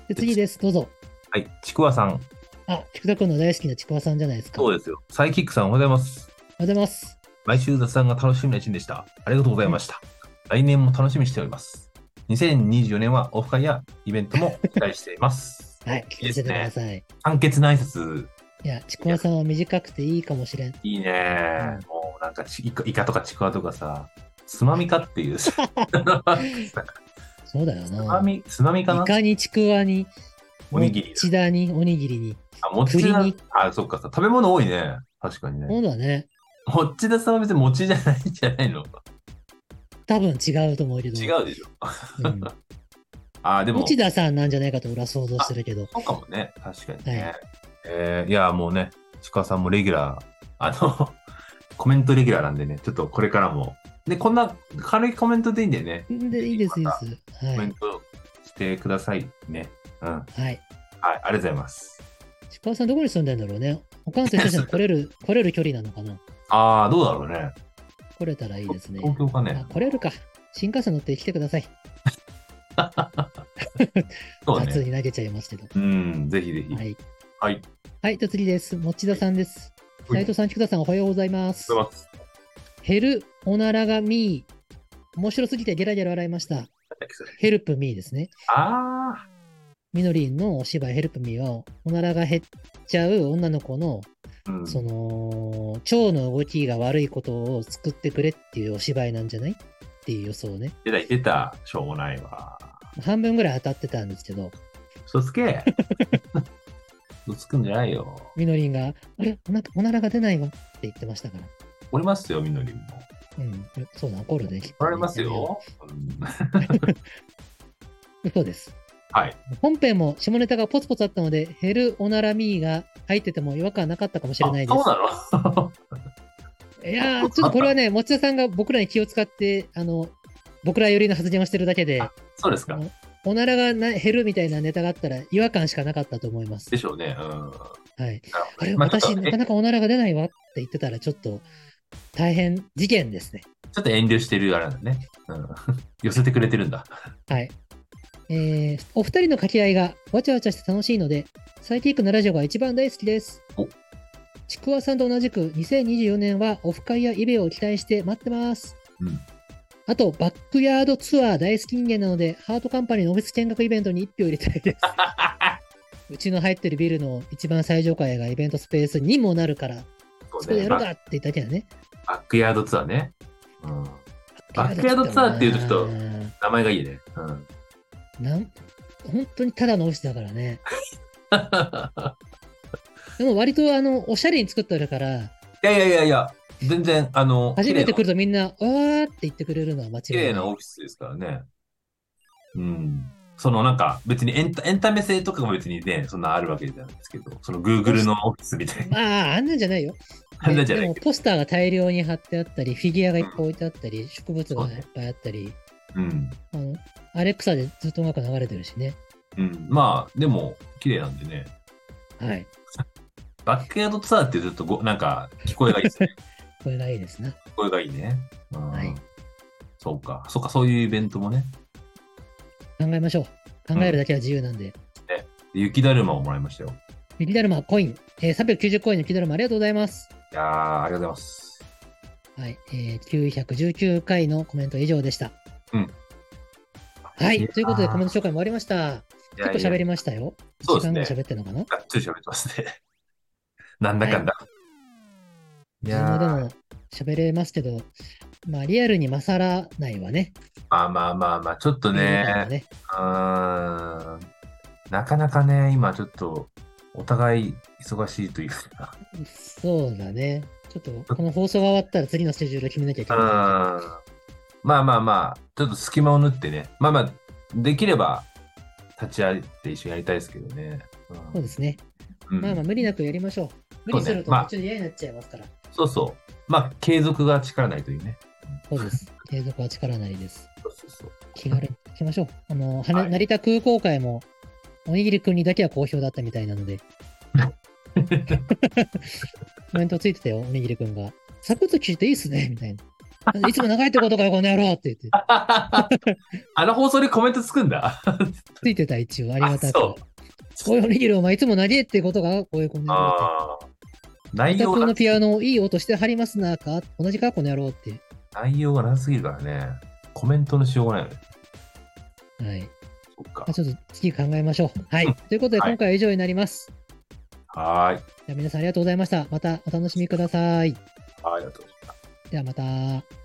A: で、次です。どうぞ。
B: はい。ちくわさん。
A: あ、菊田君の大好きなちくわさんじゃないですか。
B: そう
A: です。
B: ですよ。サイキックさん、おはようございます。
A: おはようございます。
B: 毎週雑談が楽しみな一年でした。ありがとうございました。来年も楽しみにしております。2024年はオフ会やイベントも期待しています。
A: はい、聞かせてください。
B: 簡潔な挨拶、
A: いや、ちくわさんは短くていいかもしれん。
B: いいね。もうなんかちイカイカとかちくわとかさ、つまみかって いうさ、
A: そうだよ
B: つま
A: な。
B: み、つまみ
A: イ
B: かな
A: カにちくわに、
B: おにぎり。
A: ちだに、おにぎりに。
B: あ、もちだ
A: 栗に。
B: あ、そっかさ、食べ物多いね。確かに
A: そ
B: ね
A: う。だね。
B: もっちださんは別に餅じゃないんじゃないの
A: 多分違うと思うけど。
B: 違うでしょ。
A: う ん。
B: あ、でも、
A: 持田さんなんじゃないかと俺は想像してるけど。
B: そうかもね、確かにね。
A: はい
B: えーいや、もうね、ちくわさんもレギュラー、あの、 コメントレギュラーなんでね、ちょっとこれからも。で、こんな軽いコメントでいいんだよね。
A: で、いいです、いいです。
B: コ
A: は
B: メン
A: い。
B: トしてくださいね。うん。はい、
A: はい。
B: ありがとうございます。
A: ちくわさんどこに住んでんだろうね。他の選手たちも来れる、来れる距離なのかな。
B: ああ、どうだろうね。
A: 来れたらいいですね。
B: 東京かね
A: あ、。来れるか。新幹線乗って来てください。
B: そう
A: 雑
B: ね。
A: に投げちゃいますけど。
B: うん、ぜひぜひ。
A: はい。
B: はい。
A: はい、じゃあ次です。持田さんです。
B: は
A: 斉
B: い
A: 藤さん、菊田さん、おはようございます
B: お。はようございます。
A: ヘル、おならがミー。面白すぎてゲラゲラ笑いました。ヘルプミーですね。
B: あ
A: みのりんのお芝居ヘルプミーは、おならが減っちゃう女の子の、
B: あ、うん。
A: その、腸の動きが悪いことを救ってくれっていうお芝居なんじゃないっていう予想ね。
B: 出た、出た、しょうもないわ。
A: 半分ぐらい当たってたんですけど、
B: 嘘 つけ。嘘つくんじゃないよ。
A: みのりんが、あれおなおならが出ないわって言ってましたから。
B: 怒りますよ、みのりんも。
A: うん、そうなん、怒るね。きっとね
B: 怒られます。よ。うん
A: そうです。
B: はい。
A: 本編も下ネタがポツポツあったので、ヘルオナラミーが入ってても違和感なかったかもしれないで
B: あ
A: す。
B: そうなの
A: いやー、ちょっとこれはね、持田さんが僕らに気を使って、あの、僕ら寄りの発言をしてるだけで、
B: そうですか。
A: おならがな減るみたいなネタがあったら違和感しかなかったと思います
B: で。しょうね。うん。
A: はい。あ
B: あ
A: れ、
B: まあ、ちょっ
A: 私、
B: と
A: な
B: ね
A: かなかおならが出ないわって言ってたら、ちょっと大変事件ですね。
B: ちょっと遠慮してるあれなんだね。うん。 寄せてくれてるんだ。
A: はい。えーお二人の掛け合いがわちゃわちゃして楽しいので、サイキックのラジオが一番大好きです
B: お。
A: ちくわさんと同じく2024年はオフ会やイベを期待して待ってます。
B: うん。
A: あと、バックヤードツアー大好き人間なので、ハートカンパニーのオフィス見学イベントに1票入れたい です。うちの入ってるビルの一番最上階がイベントスペースにもなるから、そ
B: そ
A: こ
B: う
A: で
B: ね。
A: や
B: バ
A: る
B: ッ
A: かって言ったけどね。
B: バックヤードツアーね。うん。バックヤード
A: ちょ
B: バックヤードツアーって
A: な
B: 名前がいいね。うん。
A: なん本当にただのオフィスだからね。でも割とあの、おしゃれに作ってあるから、
B: いやいやいやいや、全然、あの、
A: 初めて来
B: 綺麗
A: るとみんな、わーって言ってくれるのは間違
B: 綺麗
A: いな。
B: ないオフィスですからね。うん。そのなんか、別にエンタエンタメ性とかも別にね、そんなあるわけじゃないですけど、その Google のオフィスみたいな。
A: まあ、あんなんじゃないよ。
B: あんなんじゃな
A: で
B: い
A: もポスターが大量に貼ってあったり、フィギュアがいっぱい置いてあったり、植物がいっぱいあったり、
B: うん。
A: あの、アレクサでずっと音楽流れてるしね。
B: うん。まあ、でも、綺麗なんでね。
A: はい。
B: バックヤードツアーってずっとご、なんか、聞こえがいい ですね。
A: これがいいですな。
B: 聞こえがいいね。うん
A: はい
B: そうか。そうか、そういうイベントもね。
A: 考えましょう。考えるだけは自由なんで。
B: 雪だるまをもらいましたよ。
A: 雪だるまコイン、えー390コインの雪だるまありがとうございます。
B: いやー、ありがとうございます。
A: はい。えー919回のコメント以上でした。
B: うん
A: はいい。
B: やー
A: ということでコメント紹介も終わりました。
B: い
A: 結
B: や
A: 構
B: いや
A: 喋りましたよ。
B: そうですね
A: 1時間ぐらい喋ってるのかな
B: がっつり喋ってますね。 なんだかんだ。い、
A: 自
B: や
A: 分
B: ー
A: でも喋れますけど、まあ、リアルに勝らないわね。
B: まあまあまあまあ、ちょっと
A: 映画館は
B: ね、
A: ね
B: うーん、なかなかね、今ちょっと、お互い忙しいというか、
A: そうだね。ちょっと、この放送が終わったら次のスケジュール決めなきゃいけ
B: うーん、
A: な
B: まあまあまあ、ちょっと隙間を縫ってね、まあまあ、できれば、立ち会って一緒にやりたいですけどね。うん
A: い。そうですね。
B: うん
A: まあまあ、無理なくやりましょう。無理すると
B: そうねまあ
A: 途中で嫌になっちゃいますから。
B: そうそう。まあ、継続が力ないというね。
A: そう です。継続は力なりです。
B: そうそうそう。
A: 気軽に行きましょう。あの、はね
B: はい
A: 成田空港会も、おにぎりくんにだけは好評だったみたいなので。コメントついてたよ、おにぎりくんが。サクッと聞いていいっすね、みたいな。いつも長いってことかよ、この野郎って言って。
B: あの放送でコメントつくんだ。
A: ついてた、一応。ありがたく。
B: そ
A: こういうおにぎりお前いつも投げってことが、こういうこの野郎って。
B: ああ。内
A: 北
B: 容
A: 君
B: が
A: の、ピアノをいい音してはりますなか同じかこの野郎って。
B: 内容がなさすぎるからね。コメントのしようがないよね。
A: はい。
B: そっか
A: まあ。ちょっと次考えましょう。はい。ということで
B: はい
A: 今回は以上になります。
B: はーい。
A: じゃあ皆さんありがとうございました。またお楽しみください。
B: はいありがとうございます。
A: ではまた。